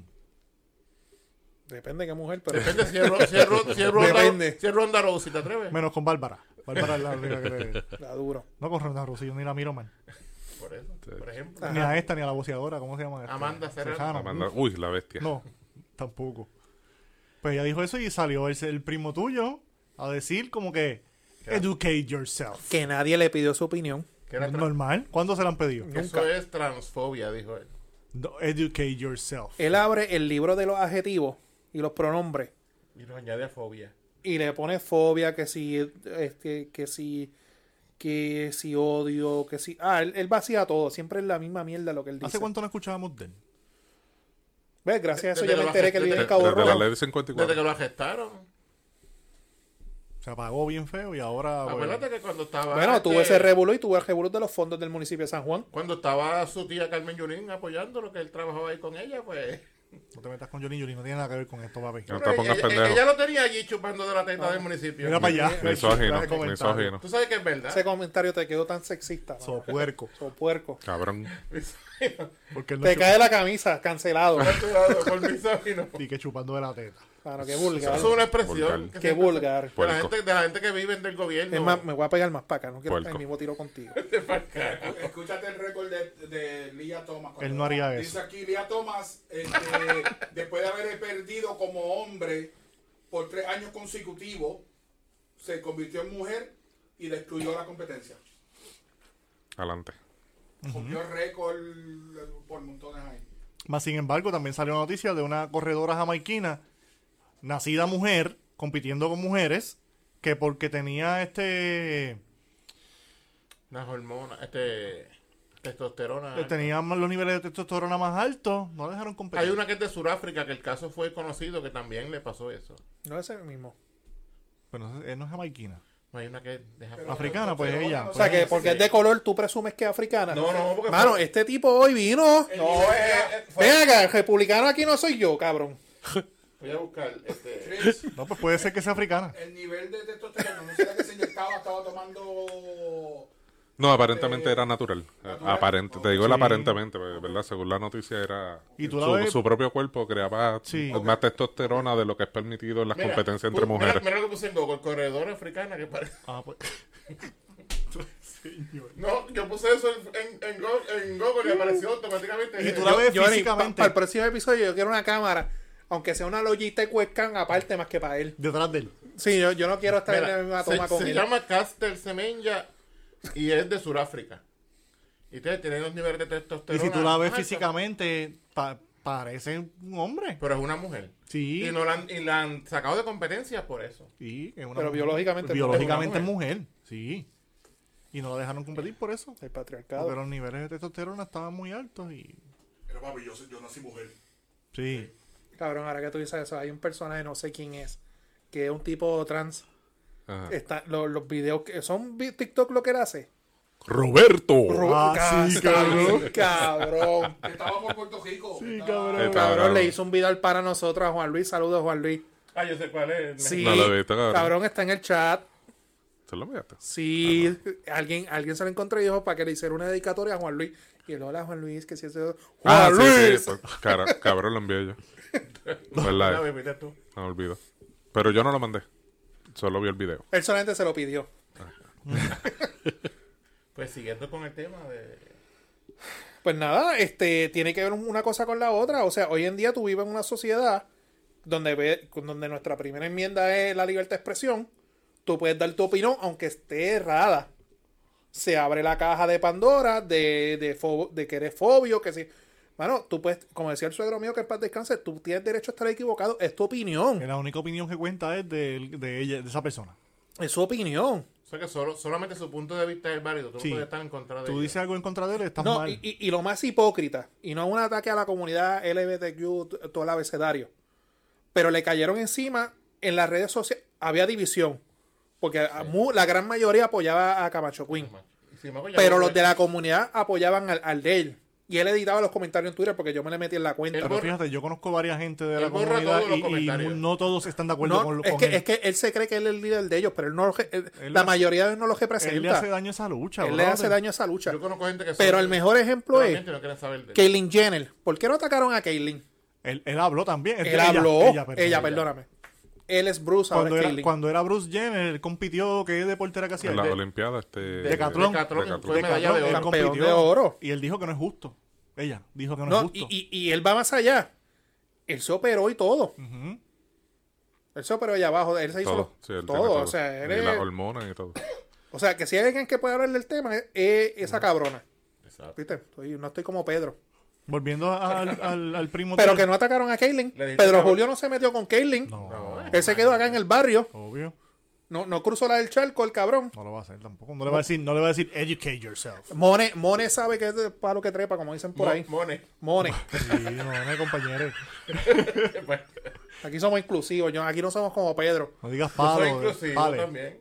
F: Depende de qué mujer, pero.
E: Depende si es, Ro- si es Ro- si
F: [LAUGHS]
E: es Ronda,
F: Depende.
E: si es Ronda Rousey, ¿te atreves?
B: Menos con Bárbara. Bárbara es la única que
F: [LAUGHS]
B: le-
F: La duro.
B: No con Ronda Rousey, yo ni la miro mal.
E: Por eso, por ejemplo.
F: Ah,
B: Ni a esta, ni a la boceadora, ¿cómo se llama? esta?
E: Amanda Serrano.
D: Amanda- uy, la bestia.
B: No, tampoco. Pues ella dijo eso y salió el, el primo tuyo a decir como que, educate yourself.
F: Que nadie le pidió su opinión.
E: Que era tra-
B: Normal, ¿cuándo se la han pedido?
E: eso es transfobia, dijo él.
B: No, educate yourself.
F: Él abre el libro de los adjetivos y los pronombres
E: Y nos añade a fobia.
F: y le pone fobia, que si. Este, que si. Que si odio, que si. Ah, él, él vacía todo. Siempre es la misma mierda lo que él dice.
B: ¿Hace cuánto no escuchábamos de él?
F: ¿Ves? Gracias a eso
E: Desde
F: yo me
E: la-
F: enteré que él vive en
D: Desde-
F: Cabo
D: desde la
F: Rojo.
D: ley de
E: Desde que
D: 54.
E: lo arrestaron.
B: se apagó bien feo y ahora pues,
E: Acuérdate que cuando estaba.
F: Ah, Bueno,
E: este-
F: tuve ese revuelo y tuve el revuelo de los fondos del municipio de San Juan.
E: Cuando estaba su tía Carmen Yurín apoyándolo, que él trabajaba ahí con ella, pues.
B: no te metas con Johnny Johnny, no tiene nada que ver con esto, papi.
D: No te pongas
E: ella,
D: pendejo.
E: ella lo tenía allí chupando de la teta
F: Ah,
E: del municipio.
B: Mira para allá. [LAUGHS]
D: Misógino,
B: Ese comentario.
D: misógino.
E: Tú sabes que es verdad. [LAUGHS]
F: Ese comentario te quedó tan sexista. mano.
B: So puerco.
F: So puerco.
D: Cabrón.
B: Porque él no
F: Te
B: chupa-
F: cae la camisa, cancelado.
E: Por misógino.
B: y que chupando de la teta.
F: Claro, qué vulgar.
E: Eso es una expresión.
D: Vulgar.
E: que
F: Qué
E: se-
F: vulgar.
E: De la,
D: Puerco.
E: gente, de la gente que vive del gobierno.
F: Es más, me voy a pegar más para acá. No quiero
D: Puerco.
F: estar en el mismo tiro contigo.
G: Escúchate el récord de, de Lía Thomas.
B: Él no haría
G: Dice
B: eso.
G: aquí, Lía Thomas, este, después de haber perdido como hombre por tres años consecutivos, se convirtió en mujer y destruyó la competencia.
D: Adelante.
G: Cumplió récord por montones ahí.
B: Más sin embargo, también salió noticia de una corredora jamaiquina, nacida mujer, compitiendo con mujeres, que porque tenía este
E: Las hormonas, este. Testosterona.
B: tenía más- los niveles de testosterona más altos, no la dejaron competir.
E: Hay una que es de Sudáfrica, que el caso fue conocido, que también le pasó eso.
F: No es el mismo.
B: Pero no es- él no es jamaiquina.
E: No hay una que deja.
B: Africana, pues ella.
F: O sea, que
B: Pues,
F: porque es de color, tú presumes que es africana.
E: No, no, porque-
F: Mano, este tipo hoy vino.
E: No, eh, eh, fue-
F: Ven acá, el republicano aquí no soy yo, cabrón.
E: Voy a buscar. Este,
G: Chris,
B: no, pues puede ser que sea africana.
G: el nivel de testosterona, no sé la que se inyectaba, estaba tomando...
D: No, aparentemente era natural. Eh,
G: natural.
D: Aparente, te digo el aparentemente, pues, ¿verdad? Según la noticia era
B: Y tú la
D: su,
B: ves-
D: su propio cuerpo creaba
B: Sí.
D: más testosterona de lo que es permitido en las
E: mira,
D: competencias entre
E: pu- mira-
D: mujeres.
E: Mira, lo que puse en Google, corredora africana, que parece.
B: Ah, pues. Señor.
E: [LAUGHS] No, yo puse eso en, en, en, Go- en Google y apareció automáticamente.
B: Y tú
E: Eh,
B: la
E: yo-
B: ves
F: Johnny,
B: físicamente
F: pa- para el próximo episodio yo quiero una cámara, aunque sea una lollita y webcam aparte más que para él.
B: detrás de él.
F: Sí, yo, yo no quiero estar en
E: Mira,
F: la misma
E: se,
F: toma con
E: se
F: él.
E: llama Castel Semenya y es de Sudáfrica. Y ustedes tienen los niveles de
B: Y
E: testosterona.
B: si tú la ves
E: altos,
B: físicamente, pa- parece un hombre.
E: Pero es una mujer.
B: Sí.
E: Y, no la han, y la han sacado de competencias por eso.
B: Sí, es una
F: Pero
B: mujer. Pues,
F: biológicamente no.
B: Biológicamente es mujer. Sí. Y no la dejaron competir por eso.
F: El
B: Porque
F: patriarcado.
B: los niveles de testosterona estaban muy altos y.
G: Pero papi, yo, soy- yo nací mujer.
B: Sí.
F: Cabrón, ahora que tú dices eso, hay un personaje, no sé quién es, que es un tipo trans.
D: Ajá.
F: Está, lo- los videos que son vi- TikTok lo que él hace.
D: Roberto. Eh,
F: Ro-
B: Ah, sí,
F: Ca-
B: cabrón.
F: [LAUGHS] Cabrón.
G: Que estaba por Puerto Rico.
B: Sí,
G: Estaba-
B: cabrón.
D: Eh,
F: Cabrón, le hizo un video al para nosotros a Juan Luis. Saludos, Juan Luis.
E: Ah, yo sé cuál es.
F: Sí.
D: No lo he visto, cabrón.
F: Cabrón, está en el chat.
D: ¿Se lo miraste?
F: Sí, alguien, alguien se lo encontró y dijo para que le hiciera una dedicatoria a Juan Luis. Y el hola Juan Luis, que si es Juan
D: Ah, sí, sí,
F: Luis.
D: eso. Cara- cabrón, lo envié yo.
E: La
D: ¿Verdad? eh?
E: bebiste tú.
D: No me olvido. Pero yo no lo mandé. Solo vi el video.
F: Él solamente se lo pidió.
E: Pues siguiendo con el tema de.
F: Pues nada, este, tiene que ver un- una cosa con la otra. O sea, hoy en día tú vives en una sociedad donde, ve- donde nuestra primera enmienda es la libertad de expresión. Tú puedes dar tu opinión, aunque esté errada. Se abre la caja de Pandora de, de, fo- de que eres fobio, que si... Mano, tú puedes, como decía el suegro mío que es paz descanse, tú tienes derecho a estar equivocado, es tu
B: Que
F: opinión,
B: la única opinión que cuenta es de, de ella, de esa persona.
F: es su opinión.
E: O sea que solo, solamente su punto de vista es válido. Tú
B: Sí.
E: no puedes estar en contra de.
B: Tú
E: ello.
B: dices algo en contra de él, estás
F: No,
B: mal.
F: y, y- y lo más hipócrita, y no es un ataque a la comunidad LGBTQ, t- todo el abecedario, pero le cayeron encima en las redes sociales, había división, porque a- mu- la gran mayoría apoyaba a Camacho Queen,
E: Y sin embargo, ya
F: pero
E: lo-
F: los de la comunidad apoyaban al, al de él, y él editaba los comentarios en Twitter porque yo me le metí en la cuenta.
E: Él
B: Pero
E: borra-
B: fíjate, yo conozco varias gente de
E: Él
B: la
E: borra
B: comunidad
E: todos los
B: y- y,
E: comentarios.
B: no todos están de acuerdo
F: No,
B: con, lo-
F: es,
B: con
F: que,
B: él.
F: es que él se cree que él es el líder de ellos, pero él no lo- él-
B: Él
F: la
B: hace-
F: mayoría de ellos no los
B: él le hace
F: representa.
B: daño a esa lucha,
F: Él le hace
B: brother.
F: daño a esa lucha.
E: Yo conozco gente que.
F: Pero
E: son-
F: el mejor ejemplo es
E: realmente no quieren saber de él.
F: Caitlyn Jenner. ¿Por qué no atacaron a Caitlyn?
B: Él, él habló también.
F: Él
B: Ella-
F: habló. Ella,
B: perdón.
F: perdóname. Él es Bruce, ahora
B: Cuando
F: es
B: era,
F: Caitlyn.
B: cuando era Bruce Jenner, él compitió, que deporte era que hacía.
D: En las
B: De-
D: Olimpiadas. Este,
B: Decatlón.
E: Decatlón,
D: Decatlón.
E: fue medalla de
B: Él
E: oro.
F: Campeón
B: compitió
F: de oro.
B: Y él dijo que no es justo. Ella dijo que no,
F: No,
B: es justo.
F: y, y- y él va más allá. Él se operó y todo.
B: Ujú.
F: Él se operó allá abajo. Él se hizo
D: Todo.
F: lo-
D: Sí, él
F: todo.
D: tiene
F: O, sea, él
D: Y
F: es-
D: las hormonas y
F: [LAUGHS]
D: todo.
F: o sea, que si hay alguien que puede hablar del tema es, es esa cabrona. ¿Viste? Estoy- no estoy como Pedro.
B: Volviendo a- al, al- al primo.
F: Pero
B: tuyo.
F: que no atacaron a Caitlyn.
E: Le dijiste
F: Pedro
E: cabrón.
F: Julio no se metió con Caitlyn.
B: No,
F: Él se quedó acá en el barrio.
B: obvio.
F: No, no cruzó la del charco, el cabrón.
B: No lo va a hacer tampoco. No le va a decir, no le va a decir, educate yourself.
E: [LAUGHS]
F: Mone, Mone sabe que es de palo que trepa, como dicen por
E: Mo-
F: ahí.
E: Mone.
F: Mone.
B: Sí, no, no, compañero.
F: Aquí somos inclusivos. Yo, aquí no somos como Pedro.
B: No digas
E: Yo
B: palo.
E: soy
B: eh,
E: inclusivo
B: pale.
E: también.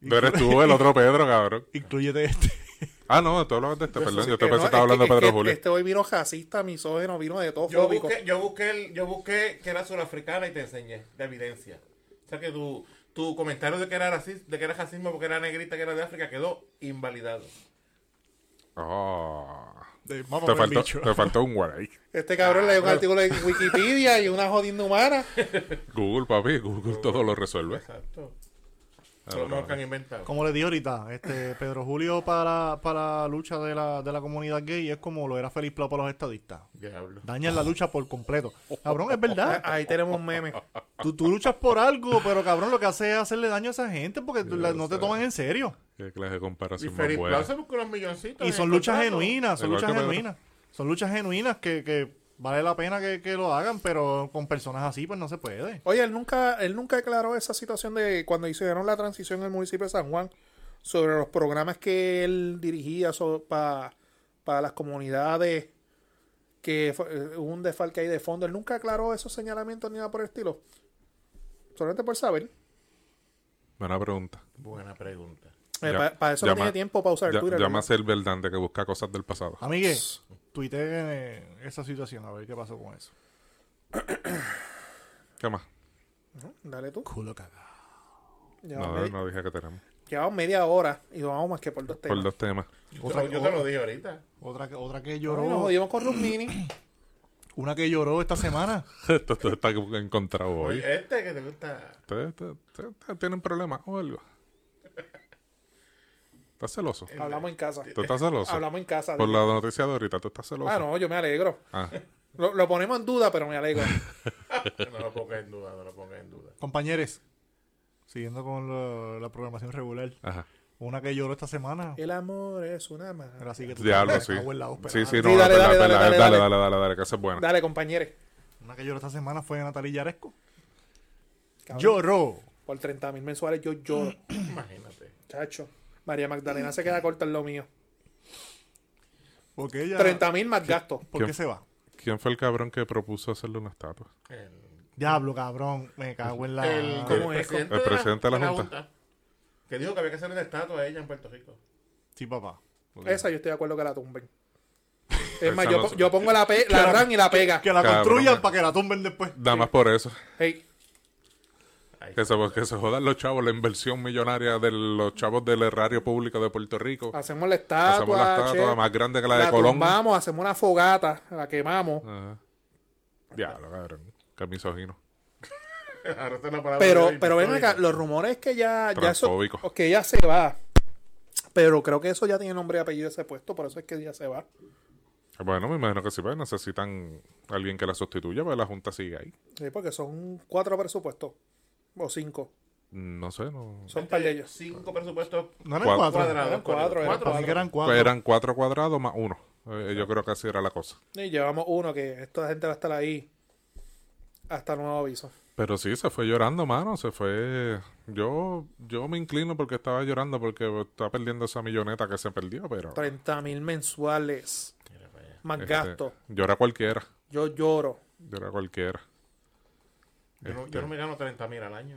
D: No eres tú, el otro Pedro, cabrón.
B: Incluyete este. [LAUGHS]
D: Ah, no, tú hablabas de este, perdón.
F: Sí,
D: Yo
F: que
D: te pensé
F: no,
D: que
F: es
D: estabas hablando
F: que-
D: de
F: es
D: Pedro
F: que
D: Julio.
F: Este hoy vino racista, misógeno, vino de todo
E: Yo
F: fóbico.
E: busqué, yo, busqué el- yo busqué que era surafricana y te enseñé la evidencia. O sea que tu, tu comentario de que, era racismo, de que era racismo porque era negrita, que era de África, quedó invalidado.
D: Ah.
B: De- vamos
D: Te
B: por el
D: faltó,
B: bicho.
D: te faltó un guaray.
F: Este cabrón leyó un artículo de Wikipedia y una jodienda humana.
D: Google, papi. Google todo lo resuelve.
E: Exacto. Lo mejor que han inventado.
B: Como le di ahorita, este Pedro Julio para, para la lucha de la, de la comunidad gay es como lo era Félix Plau para los estadistas.
E: Diablo.
B: Dañan la lucha por completo. Cabrón, es
D: Ah.
B: verdad.
F: Ah, Ahí tenemos un meme.
B: Tú, tú luchas por algo, pero cabrón, lo que hace es hacerle daño a esa gente porque tú la- no te toman en serio.
D: Qué clase de
E: Y
D: comparación más
E: Felipe Blau
D: buena.
E: se buscó unos milloncitos.
B: Y
E: en
B: son
E: el
B: luchas
E: contrato.
B: genuinas, son
D: Igual
B: luchas
D: que Pedro.
B: genuinas. Son luchas genuinas que, que vale la pena que, que lo hagan, pero con personas así, pues no se puede.
F: Oye, él nunca, él nunca aclaró esa situación de cuando hicieron la transición en el municipio de San Juan sobre los programas que él dirigía para las comunidades que fue- eh, hubo un desfalque ahí de fondo. Él nunca aclaró esos señalamientos ni nada por el estilo. Solamente por saber.
D: Buena pregunta.
E: Buena pregunta.
D: Ya-
F: Para Eh, eso no
D: llama-
F: tiene tiempo para usar el
D: ya-
F: Twitter. Ah,
D: Llama
F: ¿verdad?
D: a ser Verdante que busca cosas del pasado.
B: Amigue, tuite eh, esa situación, a ver qué pasó con eso.
D: ¿Qué más?
F: Dale tú.
B: Culo cagado.
F: Llevamos,
D: No,
F: medi-
D: no dije que tenemos.
F: llevamos media hora y vamos más que por dos temas.
D: Por dos temas. [LAUGHS]
B: Otra,
E: yo te lo dije ahorita.
B: otra, que- otra que
F: Ay, nos
B: lloró,
F: jodimos
D: [CLEARS THROAT]
F: con Rumini.
B: una que lloró esta semana.
D: Esto esto está encontrado hoy.
E: Oye, este que te gusta.
D: ¿Ustedes ustedes- ustedes tienen problemas o algo? ¿Estás celoso?
F: Hablamos en casa.
D: ¿Tú estás celoso?
F: Eh, Hablamos en casa.
D: Por la noticia de ahorita, ¿tú estás celoso?
F: Ah, no, yo me alegro.
D: Ah,
F: Lo, lo ponemos en duda, pero me alegro. [LAUGHS]
E: No lo pongas en duda, no lo pongas en duda.
B: Compañeros, siguiendo con lo- la programación regular,
F: [LAUGHS]
D: ajá.
B: una que lloró esta semana.
F: El amor es una mano.
B: Así que tú
D: Diablo,
B: te
D: sí.
B: cago en la ópera.
D: Sí, sí,
F: Sí,
D: no, la
F: dale,
D: verdad,
F: dale,
D: verdad,
F: dale,
D: dale,
F: dale,
D: dale, dale, dale, que esa es buena.
F: Dale, compañeros.
B: Una que lloró esta semana fue Natalia Yaresco.
F: Cabrón.
B: Lloró.
F: Por 30 mil mensuales yo lloro.
E: Imagínate.
F: Chacho. María Magdalena se queda corta en lo mío.
B: Porque ella.
F: 30 mil más gastos.
B: ¿Por qué
D: ¿Quién?
B: se va?
D: ¿Quién fue el cabrón que propuso hacerle una estatua?
B: Diablo, cabrón. Me cago en la.
E: Ah. el,
F: ¿Cómo es?
E: presidente
D: El
E: de la-
D: presidente de la Junta.
E: Que dijo que había que hacer una estatua a ella en Puerto Rico.
B: Sí, papá.
F: Esa yo estoy de acuerdo que
D: [LAUGHS]
F: la tumben. Es más,
D: Esa
F: yo,
D: no
F: po-
D: se-
F: yo pongo
D: [LAUGHS]
F: la, pe- la gran y la pega.
B: Que la
D: Cabrón,
B: construyan
D: eh.
B: para que la tumben después.
D: Nada más por eso.
F: Hey,
E: Ay,
D: Que se, que se jodan los chavos, la inversión millonaria de los chavos del erario público de Puerto Rico.
F: hacemos la estatua.
D: Hacemos la estatua
F: che,
D: más grande que la de
F: la
D: Colón. Ah.
F: tumbamos, hacemos una fogata, la quemamos.
D: Ajá. Diablo, cabrón. Que misógino.
E: [LAUGHS] ahora está la palabra
F: Pero,
E: de-
F: pero ven acá, los rumores que ya, ya eso,
D: Transfóbico.
F: que ella se va. Pero creo que eso ya tiene nombre y apellido ese puesto, por eso es que ya se va.
D: Bueno, me imagino que sí, pues necesitan alguien que la sustituya, pero la Junta sigue ahí.
F: Sí, porque son cuatro presupuestos. O cinco.
D: No sé, no.
F: Son par de ellos.
E: Cinco presupuestos
B: No eran
D: Cuatro.
B: cuatro.
E: cuadrados.
F: Eran cuatro, eran
E: cuatro.
B: Para mí que eran cuatro.
D: Pues Eran cuatro cuadrados más uno. Eh, yo creo que así era la cosa.
F: Y llevamos uno que esta gente va a estar ahí hasta nuevo aviso.
D: Pero sí, se fue llorando, mano, se fue... Yo yo me inclino porque estaba llorando, porque está perdiendo esa milloneta que se perdió, pero...
F: 30 mil mensuales. Más
D: este,
F: gasto.
D: Llora cualquiera,
F: Yo lloro.
D: llora cualquiera. [LAUGHS]
E: Yo no,
B: Este.
E: yo no me gano 30 mil al año.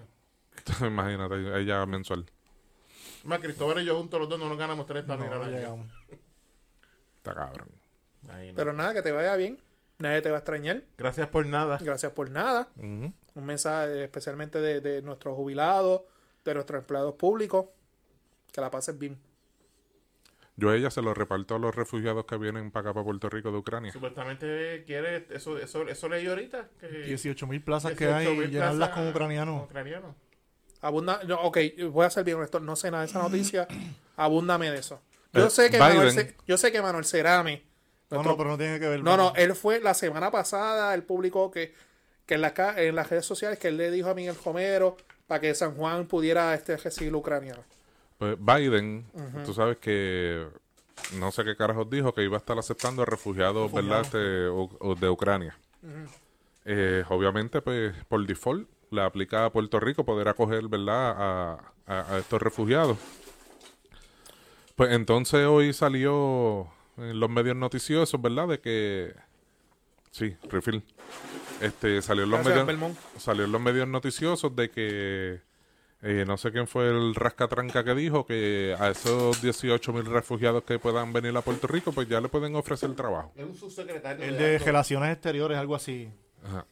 D: Imagínate, ella mensual.
E: Más Cristóbal y yo juntos los dos no nos ganamos 30 mil
B: No
E: al año.
B: llegamos.
D: Está cabrón.
E: Ahí no.
F: Pero nada, que te vaya bien. Nadie te va a extrañar.
E: Gracias por nada.
F: Gracias por nada. Un mensaje especialmente de, de nuestros jubilados, de nuestros empleados públicos. Que la pases bien.
D: Yo a ella se lo reparto a los refugiados que vienen para acá, para Puerto Rico de Ucrania.
E: Supuestamente quiere eso, eso, eso leí ahorita. Que
B: 18 mil plazas que
E: 18.000
B: hay y llenarlas
E: plazas
B: con ucranianos.
E: con ucranianos.
F: Abunda, no, ok, voy a ser bien honesto. No sé nada de esa
B: [CLEARS THROAT]
F: noticia. Abúndame de eso. Yo,
D: Eh,
F: sé que
D: Biden-
F: Manuel, Ce- yo sé que Manuel Cerame.
B: No,
F: nuestro-
B: no, pero no tiene que ver.
F: No, no, él fue la semana pasada, él publicó que, que en, la ca- en las redes sociales que él le dijo a Miguel Romero para que San Juan pudiera este recibir ucraniano.
D: Pues Biden, tú sabes que no sé qué carajos dijo que iba a estar aceptando a refugiados, ¿verdad? Este, u- u- de Ucrania. Eh, obviamente, pues por default le aplica a Puerto Rico poder acoger, ¿verdad? A, a- a estos refugiados. Pues entonces hoy salió en los medios noticiosos, ¿verdad? De que sí, refill. Este salió en los
F: Gracias,
D: medios,
F: Belmont.
D: salió en los medios noticiosos de que eh, no sé quién fue el rascatranca que dijo que a esos 18 mil refugiados que puedan venir a Puerto Rico, pues ya le pueden ofrecer trabajo.
E: Es un
F: eh,
E: subsecretario.
B: El de
E: alto-
B: relaciones exteriores, algo así.
D: Ajá.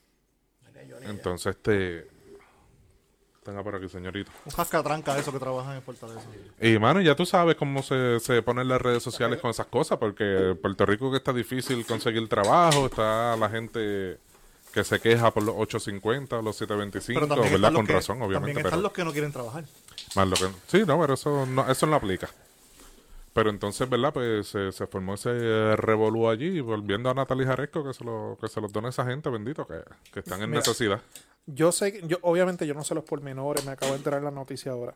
D: Entonces, este. Tenga por aquí, señorito.
B: Un jascatranca de esos que trabajan en Fortaleza.
D: Y, mano, ya tú sabes cómo se, se ponen las redes sociales con esas cosas, porque Puerto Rico que está difícil conseguir trabajo, está la gente que se queja por los 8.50, los 7.25, ¿verdad?
B: están los
D: Con
B: que-
D: razón, obviamente.
B: También están
D: pero-
B: los que no quieren trabajar.
F: Ah,
D: Más lo que, sí, no, pero eso no, eso no aplica. Pero entonces, ¿verdad? Pues se, se formó ese eh, revolú allí, y volviendo a Natalie Jaresco, que se, lo, que se los done a esa gente, bendito, que, que están en
F: Mira.
D: necesidad.
F: Yo sé, que- yo obviamente yo no sé los pormenores, me acabo de enterar en la noticia ahora.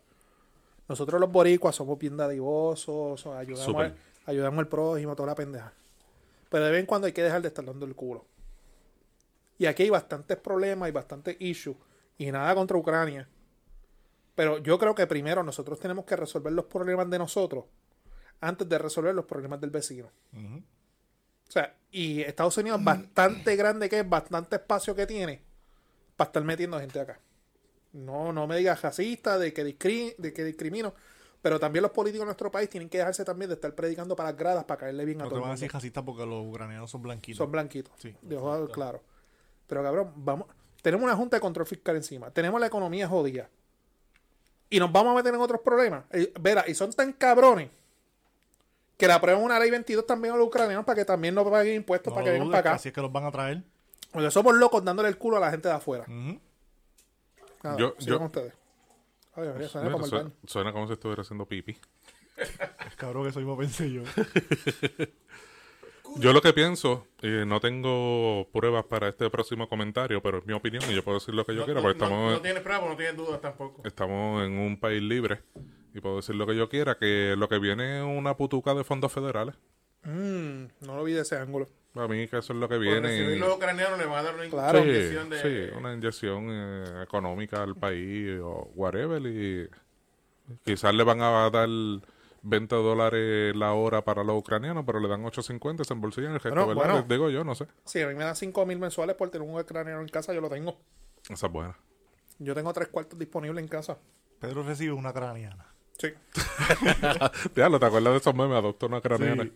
F: Nosotros los boricuas somos bien dadivosos, so- ayudamos,
D: Súper.
F: al, ayudamos al prójimo, toda la pendeja. Pero de vez en cuando hay que dejar de estar dando el culo. Y aquí hay bastantes problemas y bastantes issues. Y nada contra Ucrania. Pero yo creo que primero nosotros tenemos que resolver los problemas de nosotros antes de resolver los problemas del vecino. O sea, y Estados Unidos es bastante grande que es, bastante espacio que tiene para estar metiendo gente acá. No, no me digas racista, de que, discri- de que discrimino. Pero también los políticos de nuestro país tienen que dejarse también de estar predicando para las gradas para caerle bien a
B: No te
F: todo
B: van a
F: el
B: decir
F: mundo.
B: jacistas porque los ucranianos son blanquitos.
F: Son blanquitos.
B: Mm. Sí.
F: de ojos claros. Pero cabrón, vamos. Tenemos una junta de control fiscal encima. Tenemos la economía jodida. Y nos vamos a meter en otros problemas. Eh, Verá, y son tan cabrones que le aprueban una ley 22 también a los ucranianos para que también no paguen impuestos
B: No lo
F: para que vengan
B: dudes,
F: para acá.
B: Así es que los van a traer.
F: Porque somos locos dándole el culo a la gente de afuera. Nada,
D: Yo-
F: sigan
D: yo-
F: ustedes. Ay, Dios mío, suena
D: Mira,
F: como el
D: suena,
F: baño.
D: suena como si estuviera haciendo pipí.
B: Cabrón, que eso mismo pensé
F: [LAUGHS]
B: yo.
D: Yo lo que pienso, eh, no tengo pruebas para este próximo comentario, pero es mi opinión y yo puedo decir lo que yo
E: No-
D: quiera,
E: no-
B: este
D: porque
E: no,
D: estamos,
E: no tienes pruebas, no tienes dudas tampoco.
D: estamos en un país libre y puedo decir lo que yo quiera, que lo que viene es una putuca de fondos federales.
F: Mm, no lo vi de ese ángulo.
D: Para mí que eso es lo que
E: Por
D: viene.
E: recibir los ucranianos le van a dar una
F: Claro.
D: sí,
E: inyección de.
D: sí, una inyección eh, económica al país o whatever y quizás le van a dar 20 dólares la hora para los ucranianos, pero le dan 8.50, se embolsillan el gesto,
F: Bueno,
D: ¿verdad?
F: bueno.
D: Les digo yo, no sé.
F: Si a mí me dan 5 mil mensuales por tener un ucraniano en casa, yo lo tengo.
D: Esa es buena.
F: Yo tengo tres cuartos disponibles en casa.
B: Pedro recibe una craniana.
F: Sí.
D: Diablo, ¿te acuerdas de esos memes? Adopta una ucraniana.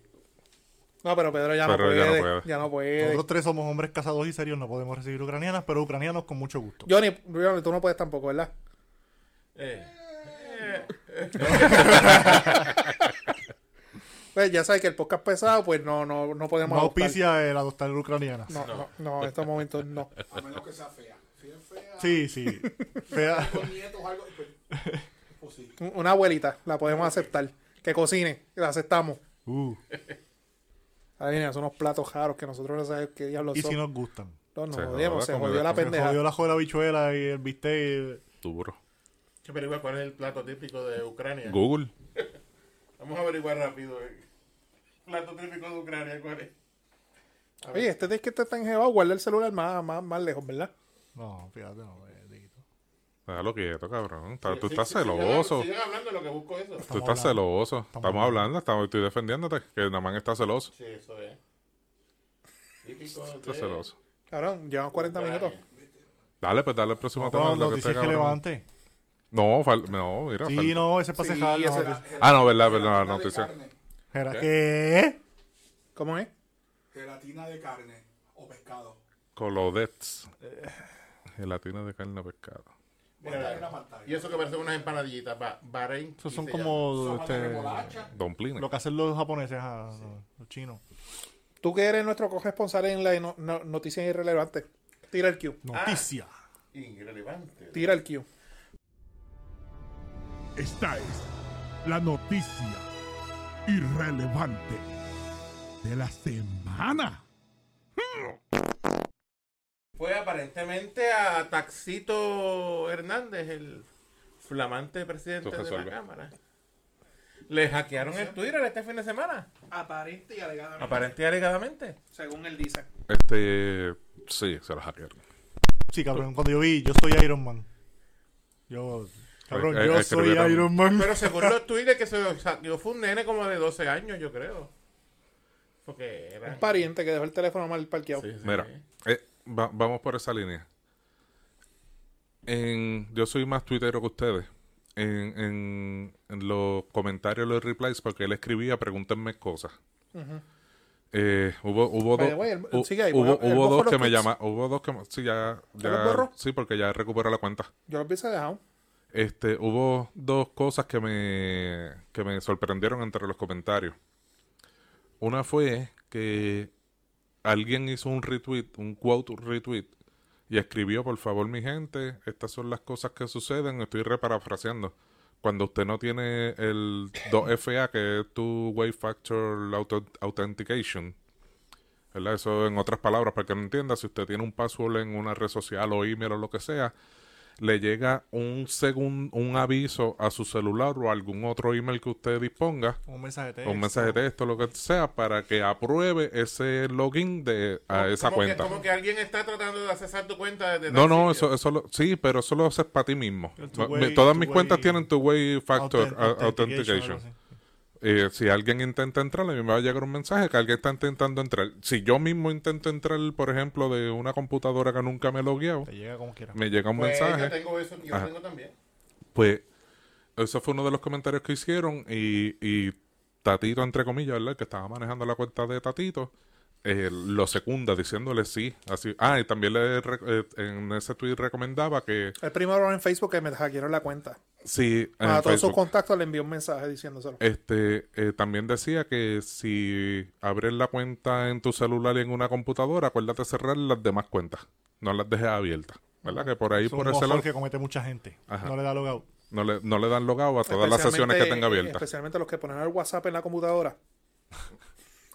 F: No, pero Pedro ya no
D: Pero
F: puede.
D: ya
F: Ya
D: no
F: no
D: puede.
F: puede.
B: Nosotros tres somos hombres casados y serios, no podemos recibir ucranianas, pero ucranianos con mucho gusto.
F: Johnny, Johnny, tú no puedes tampoco, ¿verdad?
E: Eh,
F: Pues ya sabes que el podcast pesado, pues no, no, no podemos
B: No
F: adoptar.
B: auspicia el adoptar ucranianas.
F: No, no, no, en estos momentos no.
G: A menos que sea fea. Si es fea,
B: Sí, sí.
F: [LAUGHS]
B: Fea.
G: con nietos o algo, pues, es posible.
F: Un- Una abuelita, la podemos aceptar. Que cocine, la aceptamos.
B: Uh,
F: Ahí mira, son unos platos raros que nosotros no sabemos qué diablos
B: y
F: son.
B: si nos gustan.
F: No, nos
D: Se
F: jodíamos,
D: joda
F: se
D: como
F: jodió
D: de-
F: la
D: se
B: Se
F: pendeja.
B: jodió la joven la bichuela y el bistec. y el-
D: Duro.
E: che, pero igual, ¿cuál es el plato típico de Ucrania?
D: Google.
E: Vamos a averiguar rápido. eh. Plato típico de Ucrania, ¿cuál es?
F: Oye, este de que te está en Jehová, guarda el celular más, más, más lejos, ¿verdad?
B: No, fíjate, no. eh, Dieguito.
D: Déjalo quieto, cabrón. Está- tú
E: Sí,
D: estás
E: sí, sí,
D: celoso.
E: sigan- sigan hablando de lo que busco eso.
D: Tú estás
B: hablando.
D: celoso. Estamos, hablando, estamos, estoy defendiéndote. Que nada más está celoso.
E: Sí, eso es. Típico
D: Estás
E: de-
D: celoso.
F: Cabrón, llevamos 40 minutos.
D: Estáis celoso. Dale, pues dale el próximo tema.
B: No,
D: lo
B: nos
D: que esté,
B: dices que
D: cabrón.
B: levante.
D: No, fal- no, mira.
B: Sí,
D: fal-
B: no, ese es para
F: Sí,
B: cejar. no,
F: ese-
B: que-
D: Ah, no, verdad, verdad, la
G: Gelatina de
D: noticia.
G: carne.
B: Era que.
F: ¿Cómo es?
G: Gelatina de carne o pescado.
D: Colodets. Gelatina de carne pescado.
G: Voy a estar en la pantalla.
E: Y eso que parece unas empanadillitas. Ba Bahrein.
B: Esos
E: y
B: son
E: se
F: eh,
B: como
G: Sopa de
B: este,
G: remolacha.
D: Domplines.
B: lo que hacen los japoneses a los chinos.
F: Tú que eres nuestro corresponsal en la no- no- noticias irrelevantes. Tira el Q.
D: Ah.
B: Noticia.
E: llama. Irrelevante.
F: Tira el Q.
A: Esta es la noticia irrelevante de la semana.
E: Fue aparentemente a Taxito Hernández, el flamante presidente
D: Esto
E: de la
D: resuelve.
E: Cámara. Le hackearon el Twitter este fin de semana,
F: Aparente y alegadamente,
E: aparente y alegadamente.
F: según él dice.
D: Este. Sí, se los hackearon.
B: Sí, cabrón, cuando yo vi, yo soy Iron Man. Yo. Cabrón,
D: Hay- hay-
B: yo
D: hay que
B: soy
D: ver,
B: Iron Man.
E: Pero según los tweets que se lo hackeó fue un nene como de 12 años, yo creo. Porque era...
F: Un pariente que dejó el teléfono mal parqueado.
E: Sí, sí.
D: Mira, eh, va- vamos por esa línea. En, yo soy más tuitero que ustedes. En, en- en los comentarios, los replies, porque él escribía, pregúntenme cosas. Eh, hubo hubo
F: By
D: dos
F: the way, el-
D: hu-
F: sigue ahí,
D: hubo,
F: el- el
D: hubo
F: Bofo
D: dos
F: los
D: que me
F: tweets.
D: llama hubo dos que me- sí ya, ya-
F: los borró?
D: sí porque ya recuperó la cuenta
F: Yo lo hubiese dejado.
D: este, hubo dos cosas que me, que me sorprendieron entre los comentarios. Una fue que alguien hizo un retweet, un quote retweet, y escribió, por favor, mi gente, estas son las cosas que suceden, estoy reparafraseando. Cuando usted no tiene el 2FA, que es tu Way Factor Auto- Authentication, ¿verdad? Eso en otras palabras, para que no entienda, si usted tiene un password en una red social o email o lo que sea, le llega un segun- un aviso a su celular o a algún otro email que usted disponga,
B: Un mensaje de
D: o un mensaje de texto, lo que sea, para que apruebe ese login de a esa
E: Como que-
D: cuenta.
E: como que alguien está tratando de accesar tu cuenta desde
D: No, no,
E: Taxito.
D: eso, eso lo- sí, pero eso lo haces para ti mismo.
B: El two-way-
D: Mi- Todas mis
B: two-way
D: cuentas tienen two-way factor
B: Authent-
D: a-
B: authentication,
D: authentication.
B: algo así.
D: Eh, si alguien intenta entrar, a mí me va a llegar un mensaje que alguien está intentando entrar. Si yo mismo intento entrar, por ejemplo, de una computadora que nunca me he logueado,
B: Te llega como quieras.
D: me llega un
E: Pues
D: mensaje.
E: Yo tengo eso, yo
D: Ajá.
E: tengo también.
D: Pues, eso fue uno de los comentarios que hicieron y, y Tatito, entre comillas, ¿verdad? El que estaba manejando la cuenta de Tatito, eh, lo secunda diciéndole sí. Así. Ah, y también le re- eh, en ese tweet recomendaba que
F: El primero en Facebook que me hackearon la cuenta.
D: si
F: A
D: en
F: Ah, todos sus
D: Facebook,
F: contactos le envió un mensaje diciéndoselo.
D: este, eh, también decía que si abres la cuenta en tu celular y en una computadora, acuérdate cerrar las demás cuentas. No las dejes abiertas. ¿Verdad? Que por ahí,
B: Es un
D: por ese
B: error
D: lado,
B: que comete mucha gente.
D: Ajá.
B: No le da logout.
D: no le, no le dan logado a todas las sesiones que
F: Especialmente-
D: tenga abiertas.
F: Especialmente los que ponen el WhatsApp en la computadora.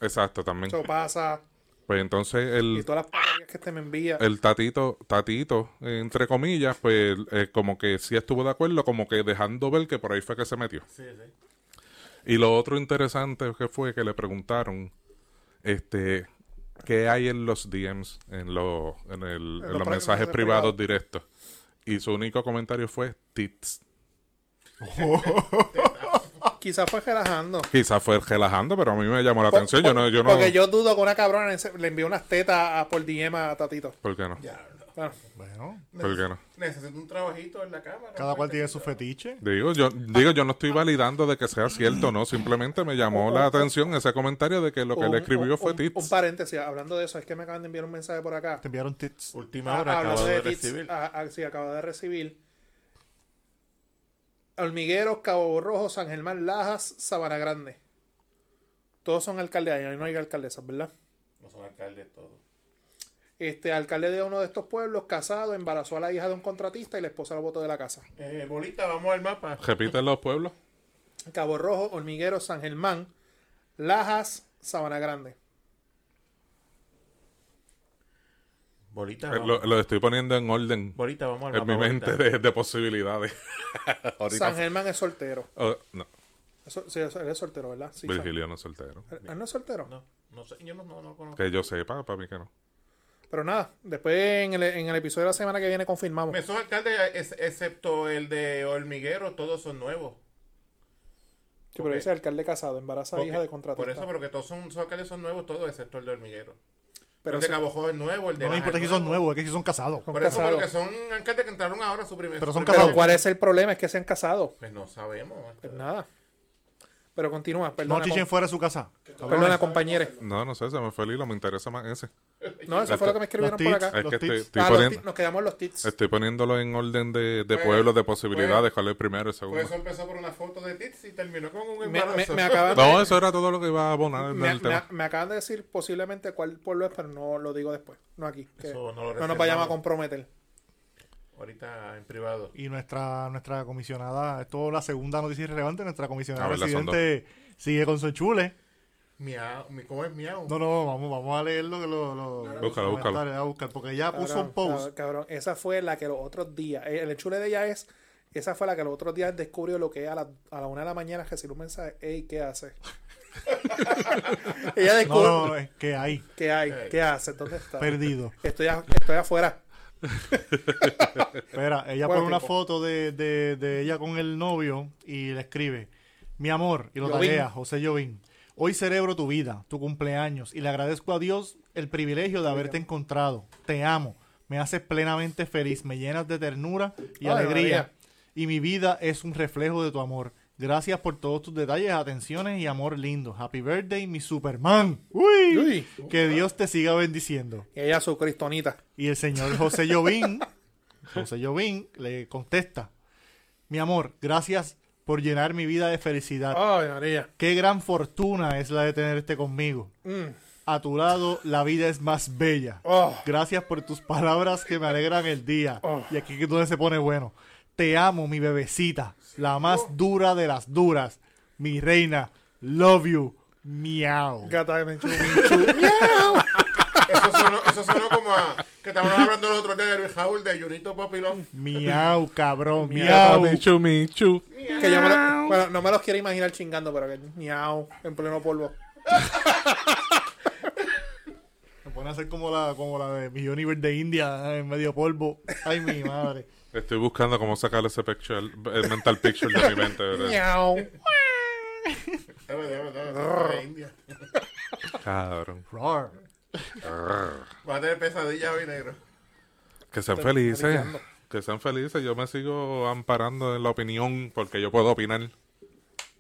D: Exacto, también.
F: Eso pasa.
D: Pues entonces el,
F: Y todas las porquerías que este me envía.
D: el tatito, tatito, eh, entre comillas, pues eh, como que sí estuvo de acuerdo, como que dejando ver que por ahí fue que se metió.
E: Sí, sí.
D: Y lo otro interesante que fue que le preguntaron, este, ¿qué hay en los DMs, en, los en, el- en los
F: los pri-
D: mensajes
F: mensajes
D: privados
F: privados.
D: directos? Y su único comentario fue tits.
F: Quizás fue relajando.
D: Quizás fue relajando, pero a mí me llamó la atención. Yo no, yo no.
F: Porque yo dudo que una cabrona en- le envió unas tetas a- por DM a Tatito.
D: ¿Por qué no?
E: Ya, no.
F: Bueno,
B: Bueno,
D: ¿Por qué no?
E: Necesito un trabajito en la cámara.
B: cada cual tiene su fetiche.
D: Digo yo, digo, yo no estoy validando de que sea cierto o no. Simplemente me llamó la atención ese comentario de que lo que
F: un-
D: él escribió
F: un-
D: fue
F: un- Un
D: tits.
F: paréntesis, hablando de eso, es que me acaban de enviar un mensaje por acá.
E: Este
B: Te enviaron tits.
E: Última
F: Ah,
E: hora acabo
F: hablando
E: de,
F: tits,
E: recibir.
F: ah, ah, sí, acabo de recibir. Hormigueros, Cabo Rojo, San Germán, Lajas, Sabana Grande. Todos son alcaldes, ahí no hay alcaldesas, ¿verdad?
E: No son alcaldes todos.
F: Este alcalde de uno de estos pueblos, casado, embarazó a la hija de un contratista y la esposa lo botó de la casa.
E: Eh, bolita, vamos al mapa.
D: Repite los pueblos.
F: Cabo Rojo, Hormigueros, San Germán, Lajas, Sabana Grande. Ah,
E: Bolita,
D: Eh,
E: vamos,
D: Lo, lo estoy poniendo en orden
E: bolita, vamos al
D: en
E: mapa.
D: mi mente
E: bolita.
D: de, de posibilidades. [LAUGHS] Ahorita.
F: San Germán es soltero.
D: Oh, no,
F: Eso- sí, eso- él es soltero, ¿verdad? Sí, San-
D: Virgilio no es soltero.
F: ¿Él no es soltero?
E: No, no sé, yo no, no, no conozco.
D: Que yo sepa, para mí que no.
F: Pero nada, después en el, en el episodio de la semana que viene confirmamos.
E: Me son alcaldes, ex- excepto el de Hormiguero, todos son nuevos.
F: Sí, pero
E: Ok.
F: dice alcalde casado, embaraza
E: Porque-
F: hija de contratista.
E: Por eso, pero que todos son, son alcaldes son nuevos, todos, excepto el de Hormiguero.
F: Pero
E: el de
F: sí.
E: Cabo Rojo es nuevo, el de.
B: No me
E: Laja
B: importa
E: es
B: si son nuevos, es que si son casados.
F: Son
E: Por eso,
F: casados.
E: porque son alcaldes que entraron ahora su primer.
B: Pero son
E: su
F: Pero
E: primer-
B: casados.
F: ¿cuál es el problema? Es que se han casado.
E: Pues no sabemos.
F: Pues nada. Pero continúa,
B: No
F: perdona.
B: chichen
F: com-
B: fuera de su casa.
F: perdona, compañeros.
D: No, no sé, se me fue el hilo, me interesa más ese.
F: No, eso
D: Los
F: fue lo que me escribieron por
B: tips.
F: acá.
D: Es
B: Los
D: que estoy,
B: tits.
D: estoy
F: Ah, los
D: poniendo,
F: tits, nos quedamos los tits.
D: estoy poniéndolo en orden de, de
E: Pues-
D: pueblos, de posibilidades,
E: pues-
D: cuál es el primero, el segundo.
E: Por eso empezó por una foto de Tits y terminó con un
F: Me, me-
E: embarazo.
F: me acaban de,
D: No, eso era todo lo que iba a abonar
F: me-
D: del tema.
F: me- me acaban de decir posiblemente cuál pueblo es, pero no lo digo después. No aquí. que
E: Eso no lo
F: no nos
E: reservamos.
F: vayamos a comprometer.
E: Ahorita en privado.
B: Y nuestra, nuestra comisionada, esto es la segunda noticia irrelevante, nuestra comisionada
D: Ah, verdad, son
B: residente sigue con su chule.
E: Miau, mi- ¿Cómo es miau?
B: No, no, vamos, vamos a leerlo que lo, lo
D: Búscalo,
B: los
D: búscalo.
B: comentarios, a buscar, porque ella puso
F: Cabrón,
B: un post.
F: cab- Cabrón, esa fue la que los otros días, eh, el chule de ella es, esa fue la que los otros días descubrió lo que es a la, a la una de la mañana recibir un mensaje, hey,
B: [LAUGHS]
F: ¿qué hace? ella
B: No,
F: descubrió
B: no, eh. no, es que ahí,
F: qué hay,
E: Ey.
F: qué hace, dónde está.
B: perdido.
F: Estoy, a- estoy afuera.
B: Espera, ella
F: Bueno,
B: pone una
F: tipo.
B: foto de, de, de ella con el novio y le escribe, mi amor, y lo
F: Jovín.
B: taguea, José Jovín, hoy celebro tu vida, tu cumpleaños, y le agradezco a Dios el privilegio de haberte encontrado. Te amo, me haces plenamente feliz, me llenas de ternura y
F: Ay,
B: alegría,
F: María.
B: y mi vida es un reflejo de tu amor. Gracias por todos tus detalles, atenciones y amor lindo. Happy birthday, mi Superman. Uy,
F: Uy.
B: que Dios te siga bendiciendo.
F: Y ella su cristonita.
B: Y el señor José Llovín, José Llovín le contesta, mi amor, gracias por llenar mi vida de felicidad.
F: Ay, María.
B: Qué gran fortuna es la de tenerte conmigo. A tu lado la vida es más bella.
F: Mm. Oh.
B: Gracias por tus palabras que me alegran el día.
F: Oh.
B: Y aquí es donde se pone bueno. Te amo, mi bebecita, la más
F: Oh.
B: dura de las duras, mi reina. Love you. Miau.
F: Gata de Menchú.
E: Eso sonó, eso sonó como a que estábamos hablando los otros días de Luis Raúl, de Junito Papilón.
B: Miau, cabrón.
D: Ah,
B: Miau.
D: Michu, Michu.
F: que yo me lo- bueno, no me los quiero imaginar chingando, pero que miau, en pleno polvo.
B: Ah. Me pone a hacer como la, como la de mi Universe de India en medio polvo. Ay, mi madre.
D: Estoy buscando cómo sacar ese picture, el mental picture de mi
B: [LAUGHS]
D: mente. ¿verdad?
F: Miau.
E: Dame, dame, dame, dame, de India.
D: Cabrón.
B: Roar.
E: Va a tener pesadillas hoy, negro.
D: Que sean felices. Que sean felices. Yo me sigo amparando en la opinión porque yo puedo opinar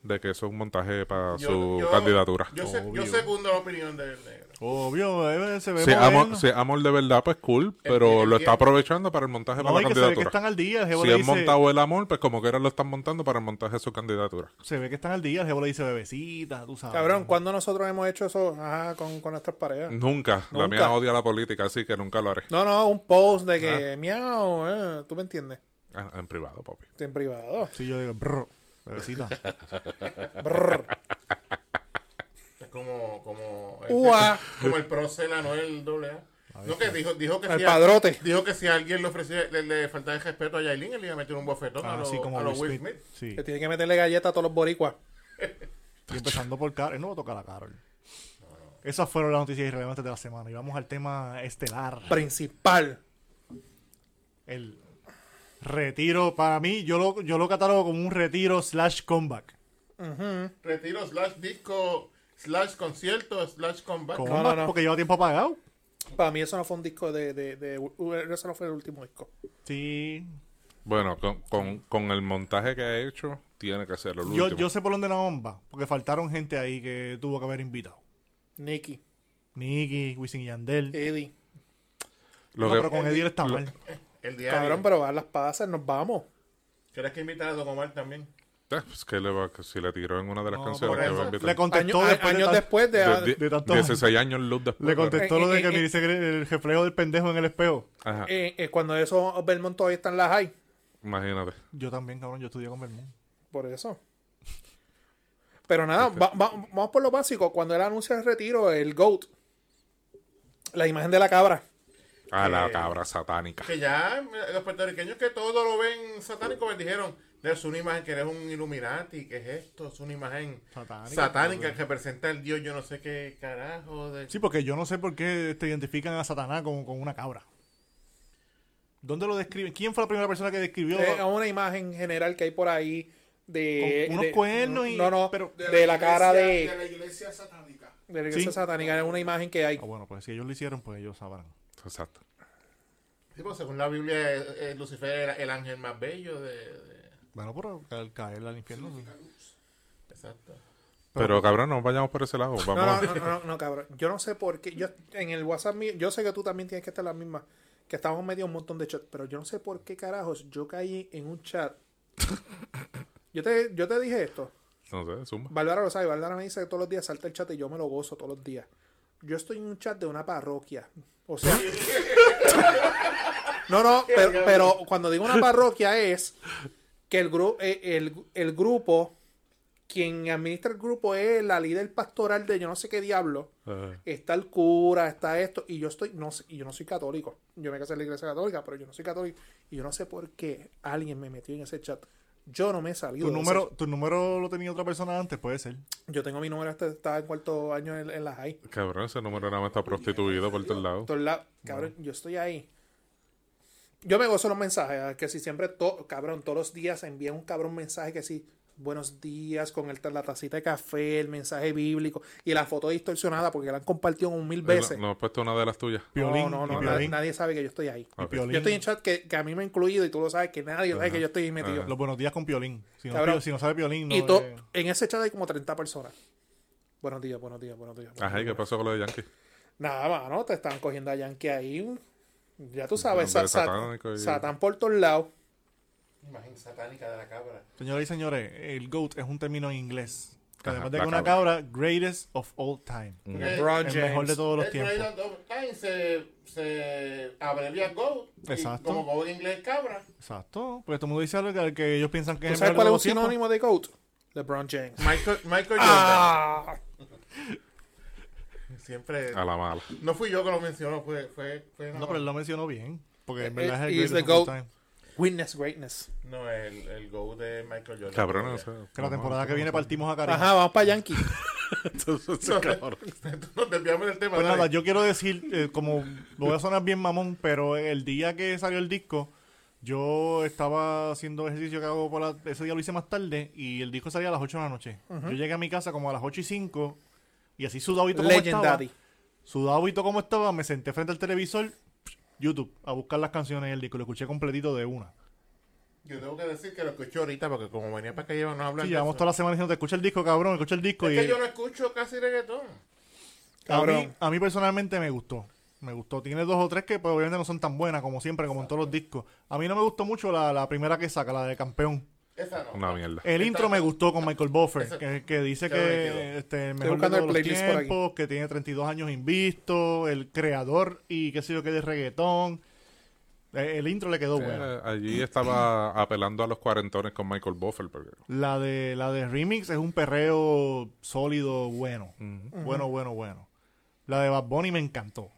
D: de que eso es un montaje para su candidatura.
E: Yo, se- yo
B: Obvio.
E: segundo la opinión del negro.
B: Obvio, eh, se ve
D: Si
B: moderno.
D: amo, si amor de verdad, pues cool, pero
E: el
D: lo está
E: tiempo.
D: aprovechando para el montaje para
B: No,
D: la
B: y que se ve que
D: candidatura.
B: están al día. El jevo
D: Si
B: le
D: han
B: dice,
D: montado el amor, pues como quiera lo están montando para el montaje de su candidatura.
B: Se ve que están al día. El jevo le dice bebecita, tú sabes.
F: Cabrón, ¿cuándo nosotros hemos hecho eso ajá, con, con nuestras parejas?
B: Mm.
D: Nunca. La
F: Nunca.
D: mía odia la política, así que nunca lo haré.
F: No, no, un post de
B: Ah.
F: que miau, eh, tú me entiendes.
D: Ah, En privado, papi.
B: [LAUGHS]
F: En privado.
B: Sí, yo digo, brr,
E: [LAUGHS]
B: bebecita.
F: Brr.
E: Es como, como,
F: Ua.
E: [LAUGHS] como el Procel Anuel doble A. No, que dijo, dijo que
F: Al
E: si
F: padrote.
E: dijo que si alguien le ofrecía, le, le faltaba el respeto a Yailin, él le iba a meter un bofetón a
B: Ah,
E: los
B: Así como
E: a lo Will Smith. Este-
B: Sí.
F: Que tiene que meterle galleta a todos los boricuas.
B: Y empezando por Carol. No va a tocar a Carol. Esas fueron las noticias irrelevantes de la semana. Y vamos al tema estelar.
F: Principal.
B: El retiro. Para mí, yo lo, yo lo catalogo como un retiro slash comeback.
E: Retiro slash disco slash concierto slash comeback.
B: Con
F: No,
B: más,
F: no, no.
B: Porque lleva tiempo apagado.
F: Para mí eso no fue un disco de... de, de- u- ese no fue el último disco.
B: Sí.
D: Bueno, con, con, con el montaje que ha hecho, tiene que ser el
B: Yo,
D: último.
B: yo sé por dónde la bomba. Porque faltaron gente ahí que tuvo que haber invitado.
F: Nicky,
B: Nicky, Wisin y Yandel.
F: Eddie.
D: Eh, Lo
B: No,
D: que- eh,
B: pero con Eddie está
D: lo-
B: mal.
E: El diario.
F: Cabrón, pero van las pasas, nos vamos.
E: ¿Quieres que invitar a Don Omar también?
D: Eh, pues, ¿qué le va- que si le tiró en una de las
B: No,
D: canciones
B: por
D: que
B: eso.
D: va a invitar?
B: Eh, Le contestó
F: Año- a-
B: después de
F: años
B: tan-
F: después de...
D: De-
B: de tanto-
D: 16 años luz después.
B: Le contestó
F: Eh,
B: lo
F: eh,
B: de que
F: eh,
B: mire el reflejo del pendejo en el espejo.
D: Ajá,
F: eh, eh, cuando eso Belmont todavía está en la high.
D: imagínate.
B: Yo también, cabrón, yo estudié con Belmont.
F: Por eso. Pero nada, va- va- vamos por lo básico. Cuando él anuncia el retiro, el GOAT, la imagen de la cabra.
D: A la
E: Eh,
D: cabra satánica.
E: Que ya eh, los puertorriqueños que todo lo ven satánico me dijeron, es una imagen que eres un Illuminati, que es esto, es una imagen
B: Satánica, pues,
E: satánica, que representa al Dios, yo no sé qué carajo. De...
B: Sí, porque yo no sé por qué te identifican a Satanás como con una cabra. ¿Dónde lo describen? ¿Quién fue la primera persona que describió?
F: Es una imagen general que hay por ahí de...
B: Con unos
F: de-
B: cuernos y-
F: No, no,
B: pero-
F: de la cara
G: De
F: de...
G: la iglesia satánica.
F: De la iglesia
B: Sí.
F: satánica es una imagen que hay.
B: Ah, bueno, pues si ellos lo hicieron, pues ellos sabrán.
D: Exacto.
E: Sí, pues, según la Biblia, eh, eh, Lucifer era el ángel más bello de... de-
B: Bueno, pero al caer al infierno. sí.
E: Exacto.
D: Pero, cabrón, no vayamos por ese lado. Vamos
F: No,
D: a-
F: no, no, no, no, no, cabrón. Yo no sé por qué. Yo, en el WhatsApp mío, yo sé que tú también tienes que estar la misma. Que estamos medio un montón de chats. Pero yo no sé por qué carajos yo caí en un
B: [LAUGHS]
F: chat. Yo te, yo te dije esto.
D: [LAUGHS] no sé, suma.
F: Bárbara lo sabe. Bárbara me dice que todos los días salta el chat y yo me lo gozo todos los días. Yo estoy en un chat de una parroquia. O sea. [LAUGHS] no, no, pero, pero cuando digo una parroquia es que el, gru- eh, el, el grupo, quien administra el grupo es la líder pastoral de yo no sé qué diablo.
D: Eh,
F: Está el cura, está esto. Y yo estoy, no sé, y yo no soy católico. Yo me casé en la iglesia católica, pero yo no soy católico. Y yo no sé por qué alguien me metió en ese chat. Yo no me he salido.
B: Tu
F: de ese
B: número, tu número lo tenía otra persona antes, puede ser.
F: yo tengo mi número, este estaba en cuarto año en, en la high.
D: cabrón, ese número nada más está prostituido por todos lados.
F: Todos lados. Cabrón, yo estoy ahí. Yo me gozo los mensajes, ¿eh? que si siempre, to- cabrón, todos los días envía un cabrón mensaje que sí, buenos días, con el, la tacita de café, el mensaje bíblico y la foto distorsionada porque la han compartido un mil
D: Eh,
F: veces.
D: No, no he puesto una de las tuyas.
B: Piolín.
F: no, no,
B: y
F: no, nadie,
B: Piolín,
F: nadie sabe que yo estoy ahí.
B: y
D: Ok.
B: Piolín.
F: Yo estoy en chat que, que a mí me ha incluido y tú lo sabes, que nadie sabe que yo estoy ahí metido.
B: Los buenos días con Piolín. Si no,
F: Cabrón.
B: si no sabe Piolín, no.
F: y to-
B: eh,
F: en ese chat hay como 30 personas. Buenos días, buenos días, buenos días. buenos
D: Ajá, ¿y qué
F: días.
D: pasó con lo de Yankee?
F: Nada, mano, te están cogiendo a Yankee ahí. Ya tú sabes,
D: Hombre
F: sa- sa-
D: satánico y-
F: Satán por todos lados.
E: Imagen satánica de la cabra.
B: Señoras y señores, el GOAT es un término en inglés. Que
D: Ajá,
B: además de
D: la
B: que una cabra, greatest of all time.
E: Eh,
F: LeBron
B: El
F: James.
B: mejor de Mm. todos los
E: el
B: tiempos.
E: Great of Time se, se abrevia Go. y
B: Exacto.
E: Como Go en inglés cabra.
B: Exacto. Porque todo el mundo dice algo que, que ellos piensan que
F: ¿Tú
B: es
F: sabes
B: el mejor
F: cuál
B: de
F: es un
B: todos los tiempos.
F: sinónimo de GOAT? LeBron James.
E: Michael, Michael Jordan.
F: Ah,
E: [LAUGHS] Siempre.
B: Ah,
D: A la mala.
E: No fui yo que lo mencionó, fue. fue, fue
B: No, pero él lo mencionó bien. Porque en verdad es
F: Eh, he
B: el
F: is the
B: greatest of all
F: GOAT.
B: time.
F: witness greatness.
E: No, el, el Go de Michael Jordan.
D: Cabrón, o
E: [LAUGHS]
D: sea,
B: Eh, Que la temporada que viene partimos a cariño.
F: Ajá, vamos para Yankee.
D: Entonces, cabrón.
E: Nos desviamos del tema.
B: Pues nada,
E: dale.
B: yo quiero decir, eh, como lo voy a sonar bien mamón, pero el día que salió el disco, yo estaba haciendo ejercicio que hago por la- Ese día lo hice más tarde y el disco salía a las 8 de la noche. Yo llegué a mi casa como a las 8 y 5 y así sudado y todo como
F: Legend
B: estaba.
F: Daddy.
B: Sudado y todo como estaba, me senté frente al televisor, YouTube, a buscar las canciones del disco. Lo escuché completito de una.
E: Yo tengo que decir que lo escuché ahorita porque como venía para acá lleva no hablar.
B: Sí,
E: de
B: llevamos
E: eso.
B: toda la semana diciendo, te escucha el disco, cabrón, escucha el disco.
E: Es
B: y
E: que yo no escucho casi reggaetón.
B: A
F: Cabrón.
B: mí, a mí personalmente me gustó. Me gustó. Tiene dos o tres que pues, obviamente no son tan buenas como siempre, como en todos los discos. A mí no me gustó mucho la, la primera que saca, la de campeón.
E: Esa no.
D: Una mierda.
B: El intro me gustó con Michael Buffer,
E: Esa-
B: que, que dice
E: Esa me
B: que este, el mejor de
F: buscando el
B: todos los
F: playlist por aquí.
B: tiempos, que tiene 32 años invisto, el creador y qué sé yo qué de reggaetón. Eh, El intro le quedó bueno.
D: Eh, allí estaba apelando a los cuarentones con Michael Buffer. Porque...
B: La de, la de Remix es un perreo sólido, bueno. Bueno, bueno, bueno. La de Bad Bunny me encantó.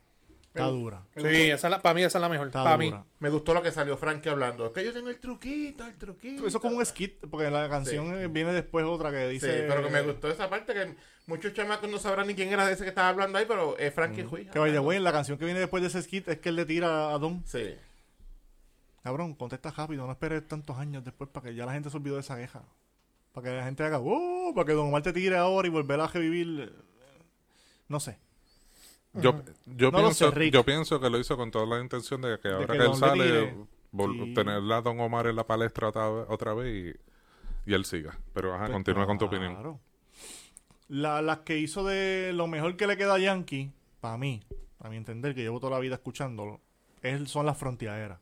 B: Está dura.
F: Sí, esa es la- para mí esa es la mejor.
B: Está
F: Para mí.
B: dura.
E: Me gustó lo que salió Frankie hablando. Es que yo tengo el truquito, el truquito.
B: Eso es como un skit, porque la canción eh, viene después otra que
E: Sí,
B: dice.
E: pero que me gustó esa parte que muchos chamacos no sabrán ni quién era ese que estaba hablando ahí, pero es Frankie Ruiz.
B: Que vaya, güey, la canción que viene después de ese skit es que él le tira a Don.
E: Sí.
B: Cabrón, contesta rápido, no esperes tantos años después para que ya la gente se olvidó de esa queja. Para que la gente haga, "Oh", para que Don Omar te tire ahora y volver a revivir. eh, No sé.
D: Yo, yo,
B: No lo sé,
D: pienso,
B: Rick.
D: yo pienso que lo hizo con toda la intención de que ahora
B: que
D: que,
B: Don
D: él
B: le
D: sale,
B: tire.
D: vol-
B: Sí.
D: tenerla a Don Omar en la palestra otra, ve- otra vez y, y él siga. Pero ajá, continúa con tu opinión.
B: Pues, Claro. La- las que hizo de lo mejor que le queda a Yankee, para mí, a mi entender, que llevo toda la vida escuchándolo, es, son las frontiaderas.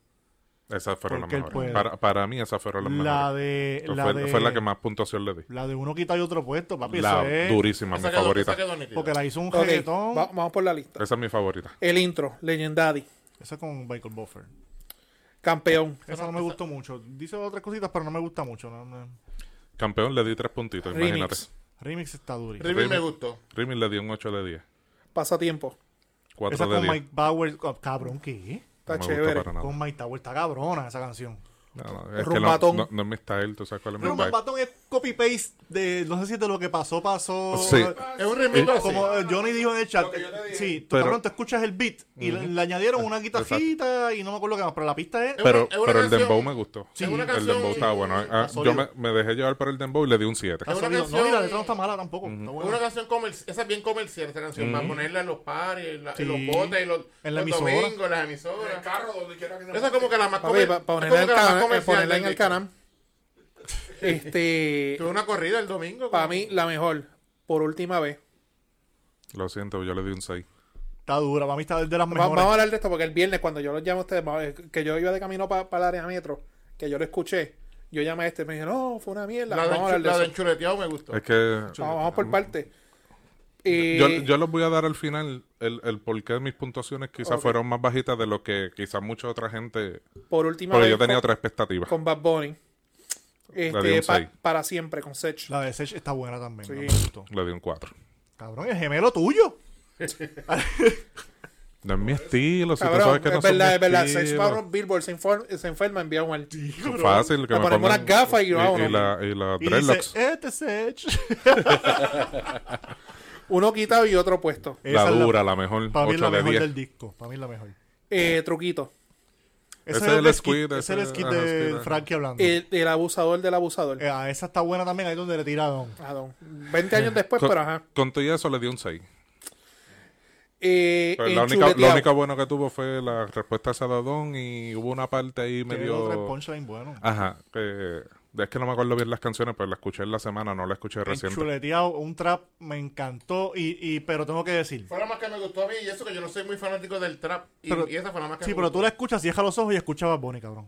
D: Esas fueron las
B: Porque él puede.
D: mejores. Para, para mí, esas fueron las
B: La
D: mejores.
B: de,
D: Fue-
B: la
D: fue,
B: de.
D: la que más puntuación le di.
B: la de uno quita y otro puesto, papi.
D: La
B: eso es.
D: durísima, mi
E: Esa quedó-
D: favorita.
E: esa quedó nítida.
B: Porque la hizo un
F: Ok,
B: reggaetón.
F: va- vamos por la lista.
D: Esa es mi favorita.
F: El intro, Legendaddy,
B: Esa con Michael Buffer.
F: campeón.
B: Esa no me gustó mucho. Dice otras cositas, pero no me gusta mucho. no- no.
D: Campeón le di tres puntitos,
F: Remix.
D: imagínate.
B: Remix está durísimo.
E: Remy me gustó.
D: Rimmel le dio un 8 de 10.
F: Pasatiempo.
D: 4
B: Esa
D: de
B: con
D: 10.
B: Mike Power, oh, cabrón, ¿qué?
F: Está
D: no me
F: chévere.
D: gustó para nada.
B: Con Mike Tower está cabrona esa canción.
D: No, no, es que no,
F: Rumbatón.
D: no, no es mi style, tú sabes cuál es mi
B: Pero
D: style.
B: Batón es copy-paste de, no sé si es de lo que pasó, pasó.
D: Sí.
E: Es un remix
B: No,
E: así.
B: Como eh, Johnny dijo en el
G: Lo
B: chat,
G: que yo te dije.
B: sí, tú,
D: Pero-
B: cabrón, tú escuchas el beat y le, le añadieron una guitarrita y no me acuerdo qué más, pero la pista es...
D: Pero,
E: es una
D: pero el
E: canción-
D: dembow me gustó.
E: es una
D: el
E: canción-
D: dembow estaba bueno. Ah,
B: sólido. Ah.
D: yo me, me dejé llevar por el dembow y le di un 7.
B: Está
E: es una
B: sólido. No,
E: canción-
B: y la letra no está mala tampoco. está
E: Es
B: buena.
E: una canción comercial, esa es bien comercial, esa canción,
F: Mm.
E: para ponerla en los pares, en, la- en
B: Sí.
E: los botes, en los,
B: En la
E: los
B: emisora.
E: domingos, en las
G: En el
E: emisoras.
G: carro, donde quiera que se
E: Esa es como que la más
F: Papi,
E: comer-
F: pa-
E: es como
F: ponerla en,
E: que la más
F: Cana- eh,
E: comercial
F: ponerla en
E: del
F: el
E: disco.
F: canal.
E: [LAUGHS]
F: Este,
E: Tuve una corrida el domingo.
F: para
E: como-
F: mí, la mejor. Por última vez.
D: Lo siento, yo le di un 6.
B: Está dura, para mí está de las
F: Va-
B: mejores.
F: vamos a hablar de esto porque el viernes, cuando yo los llamo a ustedes, vamos a ver, que yo iba de camino para el área metro, que yo lo escuché, yo llamé a este, me dije, no, fue una mierda.
E: La, de
F: vamos a hablar de eso.
E: enchuleteado me gustó.
D: Es que.
F: Vamos, vamos por parte. Eh,
D: Ah, Yo, yo les voy a dar al final el, el porqué de mis puntuaciones quizás
F: Ok.
D: fueron más bajitas de lo que quizás mucha otra gente.
F: por última
D: Porque
F: vez,
D: yo tenía
F: con,
D: otra expectativa.
F: con Bad Bunny.
D: di
F: Este,
D: un
F: pa-
D: seis.
F: para siempre, con Sech.
B: La de Sech está buena también.
F: Sí.
B: no me gustó.
D: Le di un 4.
B: Cabrón, es gemelo tuyo.
D: No es mi estilo, si tú
F: Cabrón,
D: sabes que
F: es,
D: no son mi
F: verdad, es verdad, Sech
D: estilo.
F: Pablo Billboard se, infor- se enferma, envía un al-
D: Es Fácil, que
F: Le
D: me
F: ponemos
D: pongan-
F: unas gafas y vámonos.
D: Y la, y la
B: Y
D: dreadlocks.
B: dice, este es [LAUGHS] Sech.
F: Uno quitado y otro puesto.
D: la
B: Esa es
D: dura, la, mejor.
B: Para mí es
D: 8
B: la
D: de
B: mejor
D: 10.
B: del disco. Para mí es la mejor.
F: Eh, truquito.
B: Ese
D: Ese
B: es el
D: es el
B: skit,
D: squid,
B: ese es el
D: ese-
B: skit
D: ajá,
B: de
D: squid,
B: Frankie hablando.
F: El, el abusador del abusador.
B: Eh, ah, esa está buena también, ahí donde le tiraron.
F: Ah, don. 20 años después,
D: Con-
F: Pues, pero ajá.
D: Con todo y eso le di un 6.
F: Eh,
D: Pero la única,
F: enchuleteado.
D: lo único bueno que tuvo fue la respuesta a Sadadón y hubo una parte ahí
B: Tiene otra en
D: medio...
B: punchline bueno.
D: Ajá, que- es que no me acuerdo bien las canciones, pero la escuché en la semana, no la escuché
B: En
D: reciente.
B: chuleteado, un trap me encantó, y, y- pero tengo que decir.
E: Fue la más que me gustó a mí, y eso que yo no soy muy fanático del trap. Y,
B: Pero-
E: y esa fue la más que
B: Sí,
E: me
B: pero
E: gustó.
B: tú la escuchas, cierra los ojos y escuchaba Bad Bunny, cabrón.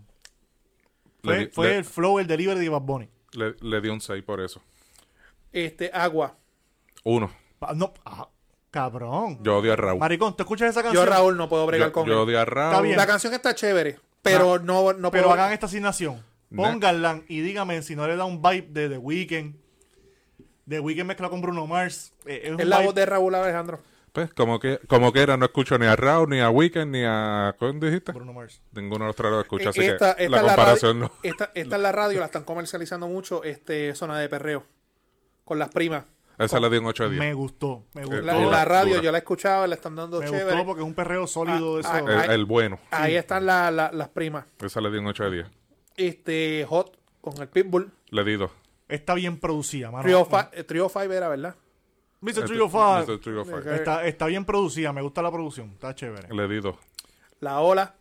D: Le
B: Fue,
D: di-
B: fue
D: le-
B: el flow, el delivery de Bad Bunny.
D: Le, le di un 6 por eso.
F: Este, agua.
D: Uno,
B: Pa- No, ah, cabrón.
D: yo odio a Raúl.
B: Maricón, ¿te escuchas esa
F: Yo,
B: canción?
F: Raúl, no puedo bregar
D: Yo,
F: con
D: yo
F: él.
D: odio a Raúl.
B: Está bien. Ah,
F: La canción está chévere, pero no, no
B: Pero
F: puedo.
B: hagan esta asignación.
D: Nah.
B: Pónganla y díganme si no le da un vibe de The Weeknd. The Weeknd mezclado con Bruno Mars. Eh, es un
F: es la
B: vibe-
F: voz de Raúl Alejandro.
D: Pues, como que, como que era, no escucho ni a Raúl, ni a Weekend, ni a... ¿Cómo dijiste?
B: Bruno Mars.
D: Ninguno de los tres lo escucha,
F: Eh,
D: así
F: esta,
D: que la
F: esta es la
D: comparación
F: radio-
D: no.
F: Esta, esta es la radio, la están comercializando mucho, este, zona de perreo. Con las primas.
D: Esa le di un 8 de 10.
B: Me gustó. Me gustó.
F: La,
D: Dura,
F: la radio,
D: dura.
F: yo la escuchaba, la están dando
B: me
F: chévere.
B: gustó porque es un perreo sólido.
F: Ah,
B: eso.
F: ah,
D: El, el bueno.
F: Ahí están la- la- las primas.
D: Esa le di un 8 de 10.
F: Este, Hot con el Pitbull.
B: Ah,
D: Le di 2.
B: está bien producida, mano.
F: Trio, Fi- eh, Trio Five era, ¿verdad?
B: Mr.
D: Este,
B: Trio Este oh Five.
F: Eh,
B: Está, está bien producida, me gusta la producción, está chévere.
D: oh Le di 2.
F: La Ola.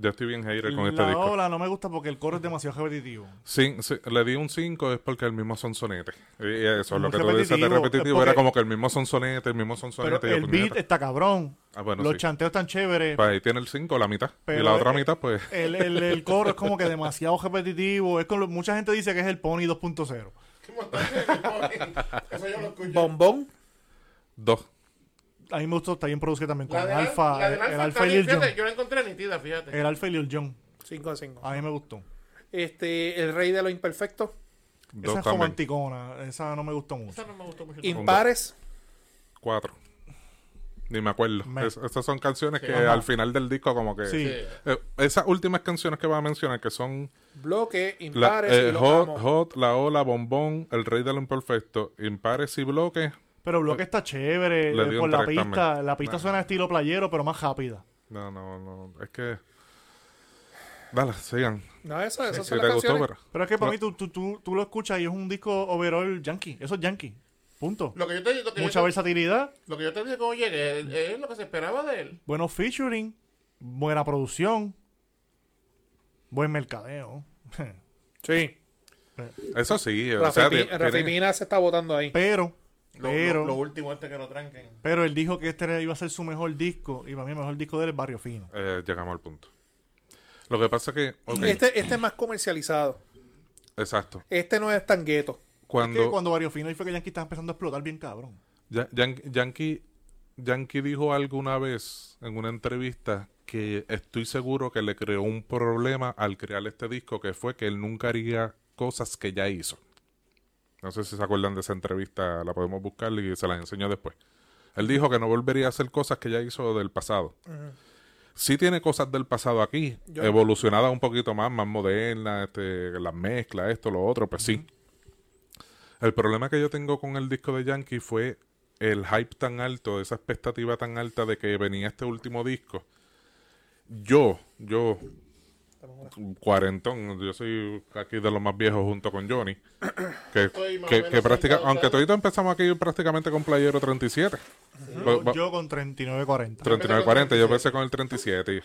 D: Yo estoy bien hater con este
B: la
D: disco.
B: ola no me gusta porque el coro es demasiado repetitivo.
D: Cin- ci- le di un 5 es porque el mismo sonsonete. Y eso,
B: Muy
D: lo que tú dices de
B: repetitivo,
D: repetitivo
B: porque-
D: era como que el mismo sonsonete, el mismo
B: Pero
D: sonsonete. y este yo,
B: el beat
D: puñeta.
B: está cabrón,
D: Ah, bueno,
B: los
D: sí.
B: chanteos están chéveres,
D: Pues ahí tiene el 5, la mitad.
B: Pero eh,
D: y la otra
B: es-
D: mitad, pues.
B: el, el- el coro es como que demasiado repetitivo, es con lo- mucha gente dice que es el Pony 2.0.
E: [LAUGHS] Eso yo lo
F: [LAUGHS]
E: escuché.
F: Bombón.
D: 2.
B: A mí me gustó, está bien producido también con
E: La de
B: Alfa,
E: la de
B: el,
E: Alfa
B: Alfa y
E: también,
B: Lil Jon.
E: fíjate, Yo la encontré nitida, fíjate.
F: Eh,
B: El Alfa y Lil Jon,
F: 5 de 5.
B: a mí me gustó.
F: Este, El Rey de los Imperfectos.
B: Esa
D: 2
B: es
D: también.
B: romanticona, esa no me gustó mucho.
E: Esa no me gustó mucho.
F: Impares.
D: 4. Ni me acuerdo.
B: Me-
D: Es- estas son canciones que
B: Ajá.
D: al final del disco, como que.
B: Sí.
D: Eh, esas últimas canciones que vas a mencionar, que son
F: Bloque,
D: la,
F: Impares.
D: eh,
F: y los
D: hot,
F: Amo.
D: Hot, La Ola, Bombón, El Rey de lo Imperfecto, Impares y Bloque.
B: Pero Bloque está chévere,
D: Le di
B: eh,
D: un
B: por la
D: tres
B: pista,
D: también.
B: la pista
D: Nah.
B: suena estilo playero pero más rápida.
D: No, no, no. Es que. Dale, sigan.
F: No, eso, eso
D: Si
F: son
D: te
F: las
D: gustó,
F: canciones.
D: pero.
B: Pero es que para mí tú, tú, tú, tú lo escuchas y es un disco overall yankee. Eso es yankee. Punto.
E: Lo que yo te, lo que yo
B: Mucha
E: te-
B: versatilidad,
E: lo que yo te dije cuando llegué, él- él es lo que se esperaba de él.
B: buenos featuring, buena producción, buen mercadeo. [LAUGHS]
F: Sí.
D: Eso sí, o sea,
F: Rafi,
D: ti-
F: Pi- Rafi
D: tienen-
F: Pina se está votando ahí.
B: Pero,
E: Lo,
B: pero,
E: lo- lo último este que lo tranquen.
B: pero él dijo que este iba a ser su mejor disco. Y para mí el mejor disco de él es Barrio Fino.
D: eh, llegamos al punto. Lo que pasa es que. ok,
F: Este, este es más comercializado.
D: Exacto.
F: Este no es tan gueto.
D: Cuando,
B: Es que cuando Barrio Fino y fue que Yankee estaba empezando a explotar bien cabrón.
D: Ya- Yan- Yankee, Yankee dijo alguna vez en una entrevista que estoy seguro que le creó un problema al crear este disco, que fue que él nunca haría cosas que ya hizo. No sé si se acuerdan de esa entrevista, la podemos buscar y se las enseño después. Él dijo que no volvería a hacer cosas que ya hizo del pasado. Sí tiene cosas del pasado aquí,
F: Yo-
D: evolucionadas un poquito más, más modernas, este, las mezclas, esto, lo otro, pues sí. El problema que yo tengo con el disco de Yankee fue el hype tan alto, esa expectativa tan alta de que venía este último disco. Yo, yo, cuarentón, yo soy aquí de los más viejos junto con Johnny, que,
E: Estoy más o
D: que,
E: menos
D: que práctica-
E: sentado,
D: aunque
E: ¿sabes?
D: todos empezamos aquí prácticamente con Playero 37.
B: Yo,
D: Pues, va-
B: yo con 39.40.
D: 39-40, yo empecé con el 37.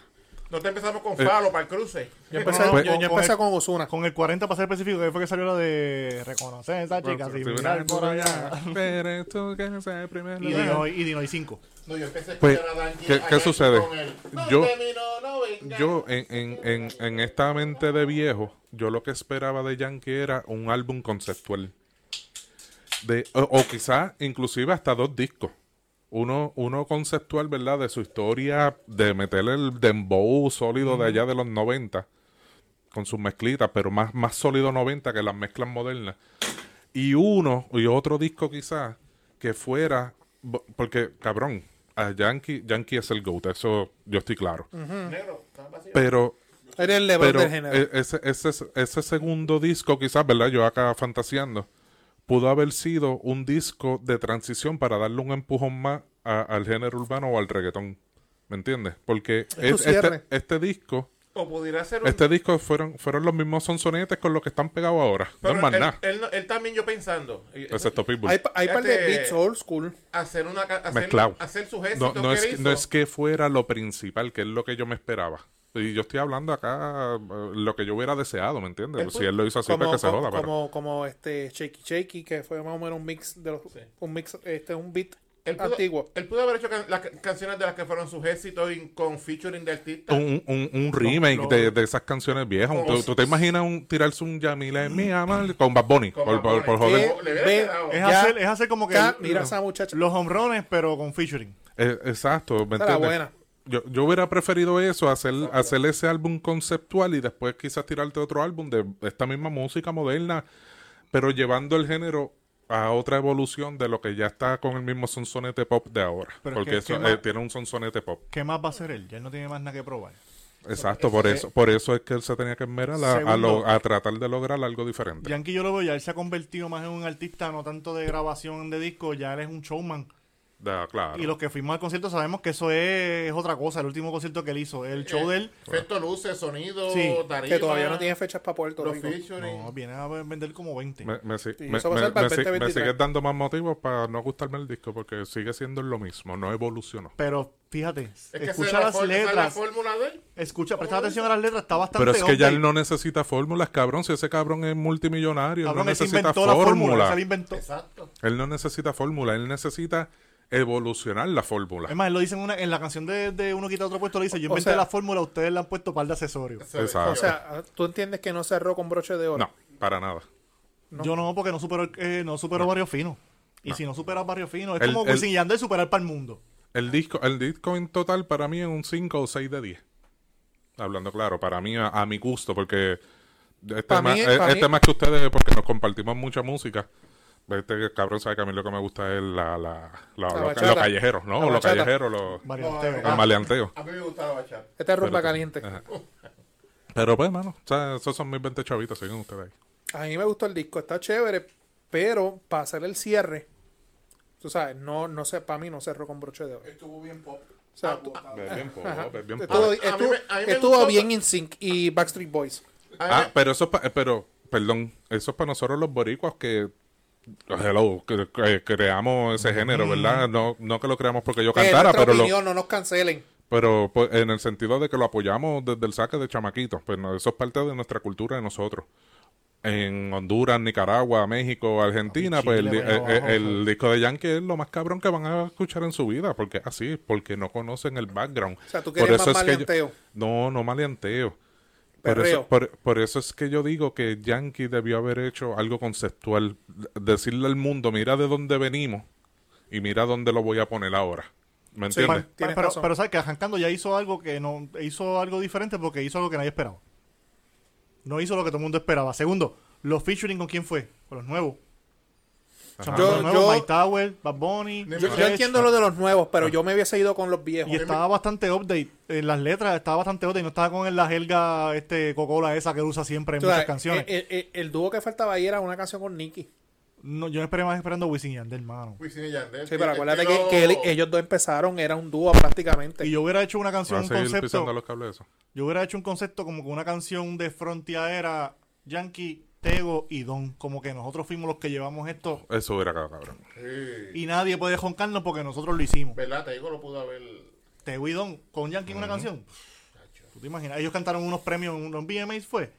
E: No te empezamos con
F: Eh.
E: Falo para el cruce.
F: Yo empecé,
B: no,
F: yo-
B: pues-
F: yo empecé con Osuna.
B: Con el 40 para ser específico, que fue que salió la de reconocer a esa chica.
D: Bueno,
B: sin
D: si
B: mirar por
D: hubiera-
B: allá.
D: Pero tú que sabes primero.
B: Y Dino, y Dino y 5.
E: No, yo empecé a
D: Pues,
E: escuchar a Yankee
D: ¿qué-
E: allá
D: qué sucede?
E: con el, "No
D: Yo-
E: te vino, no venga".
D: Yo, en, en- en- en esta mente de viejo, yo lo que esperaba de Yankee era un álbum conceptual. De, o, o quizá inclusive hasta dos discos. Uno, uno conceptual, ¿verdad? De su historia, de meterle el dembow sólido de allá de los 90, con sus mezclitas, pero más, más sólido 90 que las mezclas modernas. Y uno, y otro disco quizá, que fuera, bo- porque, cabrón, a Yankee, Yankee es el GOAT, eso yo estoy claro.
E: Negro, estás vacío.
D: Pero
F: Eres el level
D: pero
F: del género.
D: eh, ese, ese, ese segundo disco, quizás, ¿verdad? Yo acá fantaseando, pudo haber sido un disco de transición para darle un empujón más a- al género urbano o al reggaetón. ¿Me entiendes? Porque es-
F: cierre.
D: este, este disco,
E: O pudiera ser un.
D: este disco fueron, fueron los mismos sonsonetes con los que están pegados ahora.
E: pero
D: no es más
E: él,
D: nada.
E: él no- él también, yo pensando. y-
D: Excepto Pitbull.
F: hay pa- hay par de
E: este-
F: beats old school.
E: Hacer una. ca- Hacer,
D: Mezclado.
E: hacer sus
D: No,
E: éxitos.
D: no,
E: que
D: es,
E: él
D: que- no
E: hizo.
D: es que fuera lo principal, que es lo que yo me esperaba. Y yo estoy hablando acá eh, lo que yo hubiera deseado, ¿me entiendes?
E: Él
D: si
E: pu-
D: él lo hizo así,
F: como,
D: pues que se
F: como-
D: joda. pero-
F: como- como, este Shaky Shaky, que fue más o menos un mix de los, un mix, este, un beat
E: Él pudo,
F: antiguo.
E: él pudo haber hecho can- las ca- canciones de las que fueron sus éxitos y con featuring de artistas.
D: un, un, un remake
B: no.
D: De, de esas canciones viejas.
E: Con-
D: ¿Tú, tú te imaginas un, tirarse un Yamila en mi amor con Bad Bunny?
E: Con
D: por,
E: Bad Bunny.
D: por- por joder.
E: ¿Qué? le hubiera
F: Ve-
E: quedado.
B: Es,
F: ya-
B: hacer, es hacer como que.
F: ya, mira esa muchacha.
B: Los hombrones, pero con featuring.
D: Eh, exacto, ¿me
F: Esa era
D: entiendes?
F: buena.
D: Yo, yo hubiera preferido eso, hacer, hacer ese álbum conceptual y después quizás tirarte otro álbum de esta misma música moderna, pero llevando el género a otra evolución de lo que ya está con el mismo sonsonete pop de ahora.
B: Pero
D: porque
B: que-
D: eso,
B: que más-
D: eh, tiene un sonsonete pop.
B: ¿Qué más va a hacer él? Ya él no tiene más nada que probar.
D: Exacto, por eso, por eso es que él se tenía que enmerar a, a lo-
B: Segundo.
D: a tratar de lograr algo diferente.
B: Yankee yo lo veo, ya él se ha convertido más en un artista, no tanto de grabación de disco, ya él es un showman.
D: Da, claro.
B: Y los que fuimos al concierto sabemos que eso es, otra cosa, el último concierto que él hizo,
E: Eh.
B: el show de él.
E: Efecto luces, sonido,
B: Sí,
E: tarima.
F: Que todavía no tiene fechas para Puerto
E: Los
F: Rico.
E: featuring.
B: No, viene a vender como 20.
D: Me, me, si-
F: Y
D: me-
F: eso va a ser
D: me-
F: para el
D: me si- me
F: 2023.
D: sigues dando más motivos para no gustarme el disco porque sigue siendo lo mismo, no evolucionó.
B: Pero fíjate,
E: Es que esa
B: escucha
E: es la
B: las
E: for- esa es la
B: letras,
E: fórmula de él.
B: escucha, presta atención a las letras, está bastante
D: Pero es que ya
B: update.
D: él no necesita fórmulas, cabrón. Si ese cabrón es multimillonario,
B: Cabrón,
D: no
B: él se
D: necesita
B: inventó la fórmula,
D: fórmula.
B: se la inventó.
E: Exacto.
D: Él no necesita fórmula, él necesita evolucionar la
B: Es
D: fórmula.
B: más, él lo dice en, una, en la canción de, de Uno quita otro puesto, lo dice, yo
F: O
B: inventé
F: sea-
B: la fórmula, ustedes le han puesto par de accesorios.
D: Exacto.
F: O sea, tú entiendes que no cerró con broche de oro.
D: No, para nada.
B: Yo no, porque no supero, eh, no supero Barrio Fino. Y si no superas Barrio Fino, es
D: El-
B: como
D: el-
B: Wisin y Yandel superar para el mundo.
D: El disco, el disco en total para mí es un 5 o 6 de 10. Hablando claro, para mí, a, a mi gusto, porque este
F: Pa'
D: es más,
F: mí-
D: eh,
F: pa'
D: este
F: mí-
D: es más que ustedes, porque nos compartimos mucha música. Este cabrón sabe que a mí lo que me gusta es la, la, la- lo-
F: bachata.
D: lo callejero,
F: La
D: ¿no? Lo
F: bachata.
D: callejero, lo,
B: Barrio
E: No,
B: Fino.
E: eh,
D: el maleanteo.
E: A mí me gustaba bachar.
F: Esta Este es rumba
D: Pero-
F: caliente.
D: Ajá. Pero pues, mano, o sea, esos son mis 20 chavitos, siguen ustedes ahí.
F: A mí me gustó el disco, está chévere, pero para hacer el cierre, tú sabes, no, no sé, para mí no cerró con broche de oro.
G: Estuvo bien pop.
F: O sea, tu-
D: Es bien pop, es bien
F: estuvo,
D: pop.
E: A mí me- a mí me
F: estuvo
E: gustó-
F: bien en sync y Backstreet Boys.
D: Ah, pero eso es pa- eh, pero, perdón, eso es para nosotros los boricuas que, hello, que, que creamos ese género, ¿verdad? No, no que lo creamos porque yo
F: Es
D: cantara,
F: Eh, nuestra
D: pero, lo-
F: opinión, no nos cancelen.
D: pero pues, en el sentido de que lo apoyamos desde el saque de chamaquitos, pues no, eso es parte de nuestra cultura de nosotros. En Honduras, Nicaragua, México, Argentina,
B: Chile,
D: pues el, di-
B: bueno,
D: eh, eh,
B: abajo,
D: el
B: sí.
D: disco de Yankee es lo más cabrón que van a escuchar en su vida, porque así, porque no conocen el background.
F: O sea, tú quieres más
D: es que yo-
F: maleanteo.
D: no, no maleanteo. Por
F: Perreo.
D: eso, por, por eso es que yo digo que Yankee debió haber hecho algo conceptual. Decirle al mundo, mira de dónde venimos y mira dónde lo voy a poner ahora. ¿Me
F: Sí,
D: entiendes?
F: pa- Tienes
B: pero,
F: razón.
B: pero sabes que Arrancando ya hizo algo que no hizo algo diferente porque hizo algo que nadie esperaba. No hizo lo que todo el mundo esperaba. Segundo, los featuring con quién fue? Con los nuevos. Chamaco,
F: Yo-
B: los nuevos,
F: yo-
B: Mike Tower, Bad Bunny.
E: Yo-
F: Yo, yo
B: Chech.
F: entiendo lo de los nuevos,
D: Ah.
F: pero yo me hubiese ido con los viejos.
B: Y estaba bastante update en las letras, estaba bastante update, no estaba con la jerga este cocola esa que él usa siempre en
F: O sea,
B: muchas canciones.
F: El, el- el dúo que faltaba ahí era una canción con Nicky.
B: no, yo esperé más esperando Wisin y Yandel, hermano.
E: Wisin y Yandel. Este
F: Sí, pero acuérdate que,
E: Estilo-
F: que él- ellos dos empezaron, era un dúo prácticamente.
B: Y yo hubiera hecho una
D: Va
B: canción,
D: a
B: un
D: seguir pisando
B: concepto.
D: los cables eso.
B: Yo hubiera hecho un concepto como que una canción de Frontier era Yankee, Tego y Don. Como que nosotros fuimos los que llevamos esto
D: Eso era cabrón.
E: Sí.
B: y nadie puede joncarnos porque nosotros lo hicimos.
E: ¿Verdad? Te digo, lo pudo haber.
B: Tego y Don con Yankee en una canción. ¿Tú te imaginas? Ellos cantaron unos premios en unos VMAs, fue.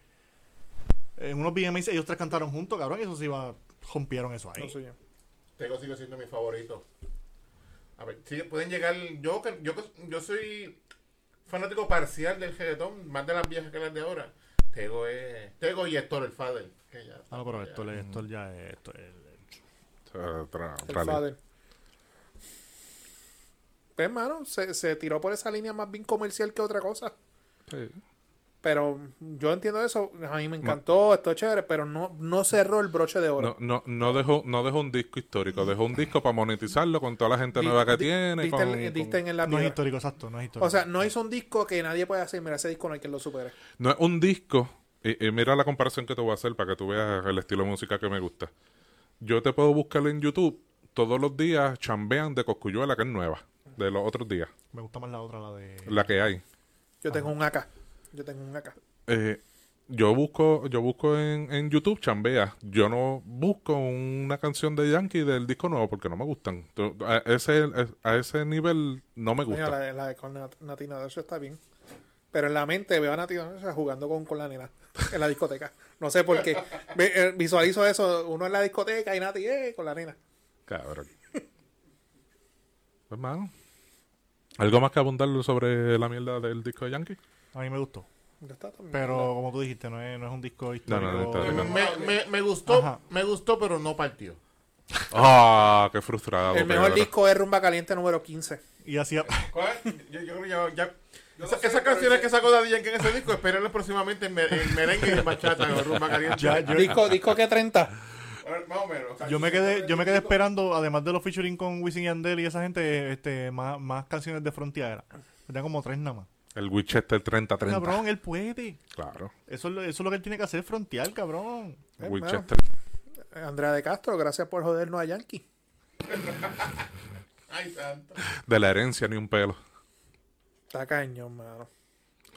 B: En unos VMAs ellos tres cantaron juntos, cabrón, y eso sí iba, rompieron eso ahí.
F: No sé yo.
E: Tego sigue siendo mi favorito. A ver, sí, pueden llegar. Yo, yo, yo soy fanático parcial del reggaetón, más de las viejas que las de ahora. Tego es. Tego y Héctor, el Fader. que ya-
B: Ah, no, pero
E: ya-
B: esto, le- esto ya es. Esto, es-
D: O sea, tra-
F: El
D: rally.
F: father. Pues, hermano, se, se tiró por esa línea más bien comercial que otra cosa.
D: Sí.
F: Pero yo entiendo eso. A mí me encantó, esto es chévere, pero no, no cerró el broche de oro.
D: No, no, no dejó, no dejó un disco histórico, dejó un disco para monetizarlo con toda la gente
F: Di-
D: nueva que
F: di-
D: tiene.
F: diste
D: con-
F: en-
D: con-
F: diste en
B: no
F: la
B: es
F: piedra.
B: histórico, exacto, no es histórico.
F: Ah, O sea, no hizo un disco que nadie puede hacer. Mira, ese disco no hay quien lo supere.
D: No es un disco. Y, y mira la comparación que te voy a hacer para que tú veas el estilo de música que me gusta. Yo te puedo buscar en YouTube todos los días chambean de Coscuyuela, que es nueva, de los otros días,
B: me gusta más la otra, la de.
D: la que hay.
F: Yo tengo un AK. Yo tengo un AK.
D: Eh, yo busco, yo busco en, en YouTube chambea. Yo no busco una canción de Yankee del disco nuevo porque no me gustan. Tú- A ese, a ese nivel no me
F: Mira,
D: gusta.
F: la, de- la de con Nat- Natina Dorso está bien. Pero en la mente veo a Natina Dorso jugando con, con la nena en la discoteca. No sé por qué. Ve- eh, Visualizo eso. Uno en la discoteca y Nati eh, con la nena.
D: Cabrón. Hermano. ¿Algo más que abundar sobre la mierda del disco de Yankee?
B: A mí me gustó.
F: Ya está también.
B: Pero como tú dijiste, no es, no es un disco
D: No,
B: histórico.
D: no, no, histórico.
E: Me, me, me gustó,
B: Ajá.
E: me gustó, pero no partió.
D: Ah, qué frustrado.
F: el mejor
D: Pedro.
F: disco es Rumba Caliente número 15.
B: Y hacía.
E: ¿Cuál? Yo, yo creo que ya. ya-
G: Yo
E: esa-
G: no sé,
E: esas
G: pero
E: canciones
G: ese-
E: que sacó Daddy Yankee en ese disco, espérenlo próximamente en, me- en merengue y en bachata o rumba caliente.
B: Ya, yo-
F: Disco, disco que 30.
E: Más o menos.
B: Yo me quedé, yo me quedé esperando, además de los featuring con Wisin y Yandel y esa gente, este, más, más canciones de Frontiera. Tenía como tres nada más.
D: El Winchester 3030.
B: Cabrón, él puede.
D: Claro.
B: Eso es, lo, eso es lo que él tiene que hacer, frontear, cabrón.
F: Eh,
D: Winchester.
F: Andrea de Castro, gracias por jodernos a Yankee.
E: Ay, santo.
D: De la herencia ni un pelo.
F: Está cañón, mano.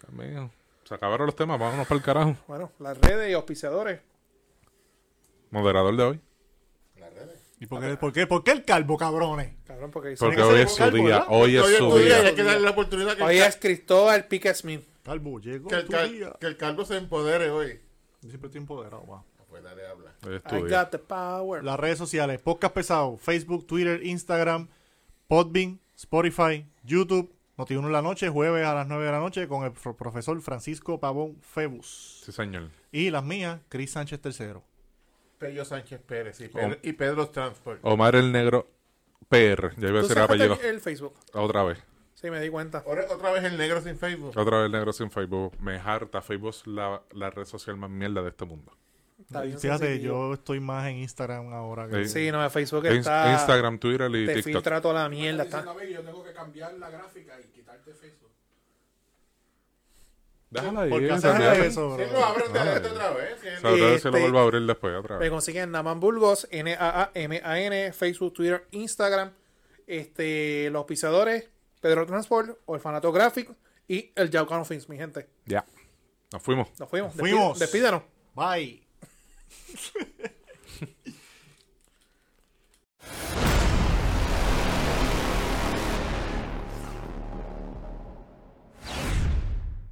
D: Amigo, Se acabaron los temas, vámonos para el carajo.
F: Bueno, las redes y auspiciadores.
D: Moderador de hoy.
E: Las redes.
B: ¿Y por qué, por qué, por qué el calvo, cabrones?
F: Cabrón, porque dice.
D: Porque
B: que
D: hoy
B: ser
D: es su
B: vocal,
D: día.
B: ¿verdad?
D: Hoy
E: Hoy
D: es
E: es
D: su
E: tu día y
D: día.
E: hay que darle la oportunidad que,
F: Hoy
E: el,
F: es Cristóbal Pique Smith.
B: Calvo, llegó
E: que, el
B: tu
E: cal-
B: día.
E: que el calvo se empodere hoy.
B: Yo siempre estoy empoderado, va.
E: Pues dale, habla.
D: Hoy es tu
F: I
D: día.
F: got the power.
B: Las redes sociales, Podcast Pesado, Facebook, Twitter, Instagram, Podbean, Spotify, YouTube, Notiuno en la noche, jueves a las 9 de la noche con el fr- profesor Francisco Pavón Febus.
D: Sí, señor.
B: Y las mías, Cris Sánchez III.
E: Pello Sánchez Pérez y Pedro, y Pedro Transport.
D: Omar el Negro PR. Ya iba a decir el
F: Tú sacaste
D: apellido.
F: el, el Facebook.
D: Otra vez.
F: Sí, me di cuenta.
E: Ahora otra vez el negro sin Facebook.
D: Otra vez el negro sin Facebook. Me harta. Facebook es la, la red social más mierda de este mundo.
F: Está bien
B: Fíjate,
F: sencillo.
B: yo estoy más en Instagram ahora que...
D: Sí.
F: Sí, no, Facebook
D: Ins-
F: está.
D: Instagram, Twitter y
F: Te
D: TikTok.
F: filtra toda la mierda.
G: Dicen,
F: Está.
G: a ver, yo tengo que cambiar la gráfica y quitarte Facebook.
D: Déjala ahí.
B: ¿Por qué haces
D: déjala ahí.
B: eso,
E: Si
B: bro?
E: no abren de
D: Ay.
E: esto otra vez. que-
D: Sabrá si lo
F: Este-
D: vuelvo a abrir después. Otra
F: Me
D: vez.
F: consiguen Naman Burgos, N-A-A-M-A-N, Facebook, Twitter, Instagram. Este, los pisadores, Pedro Transport, Orfanato Graphic y el Yaucano Films, mi gente.
D: Ya. Nos fuimos.
F: Nos fuimos.
B: Fuimos.
F: Despí- Despídanos.
B: Bye.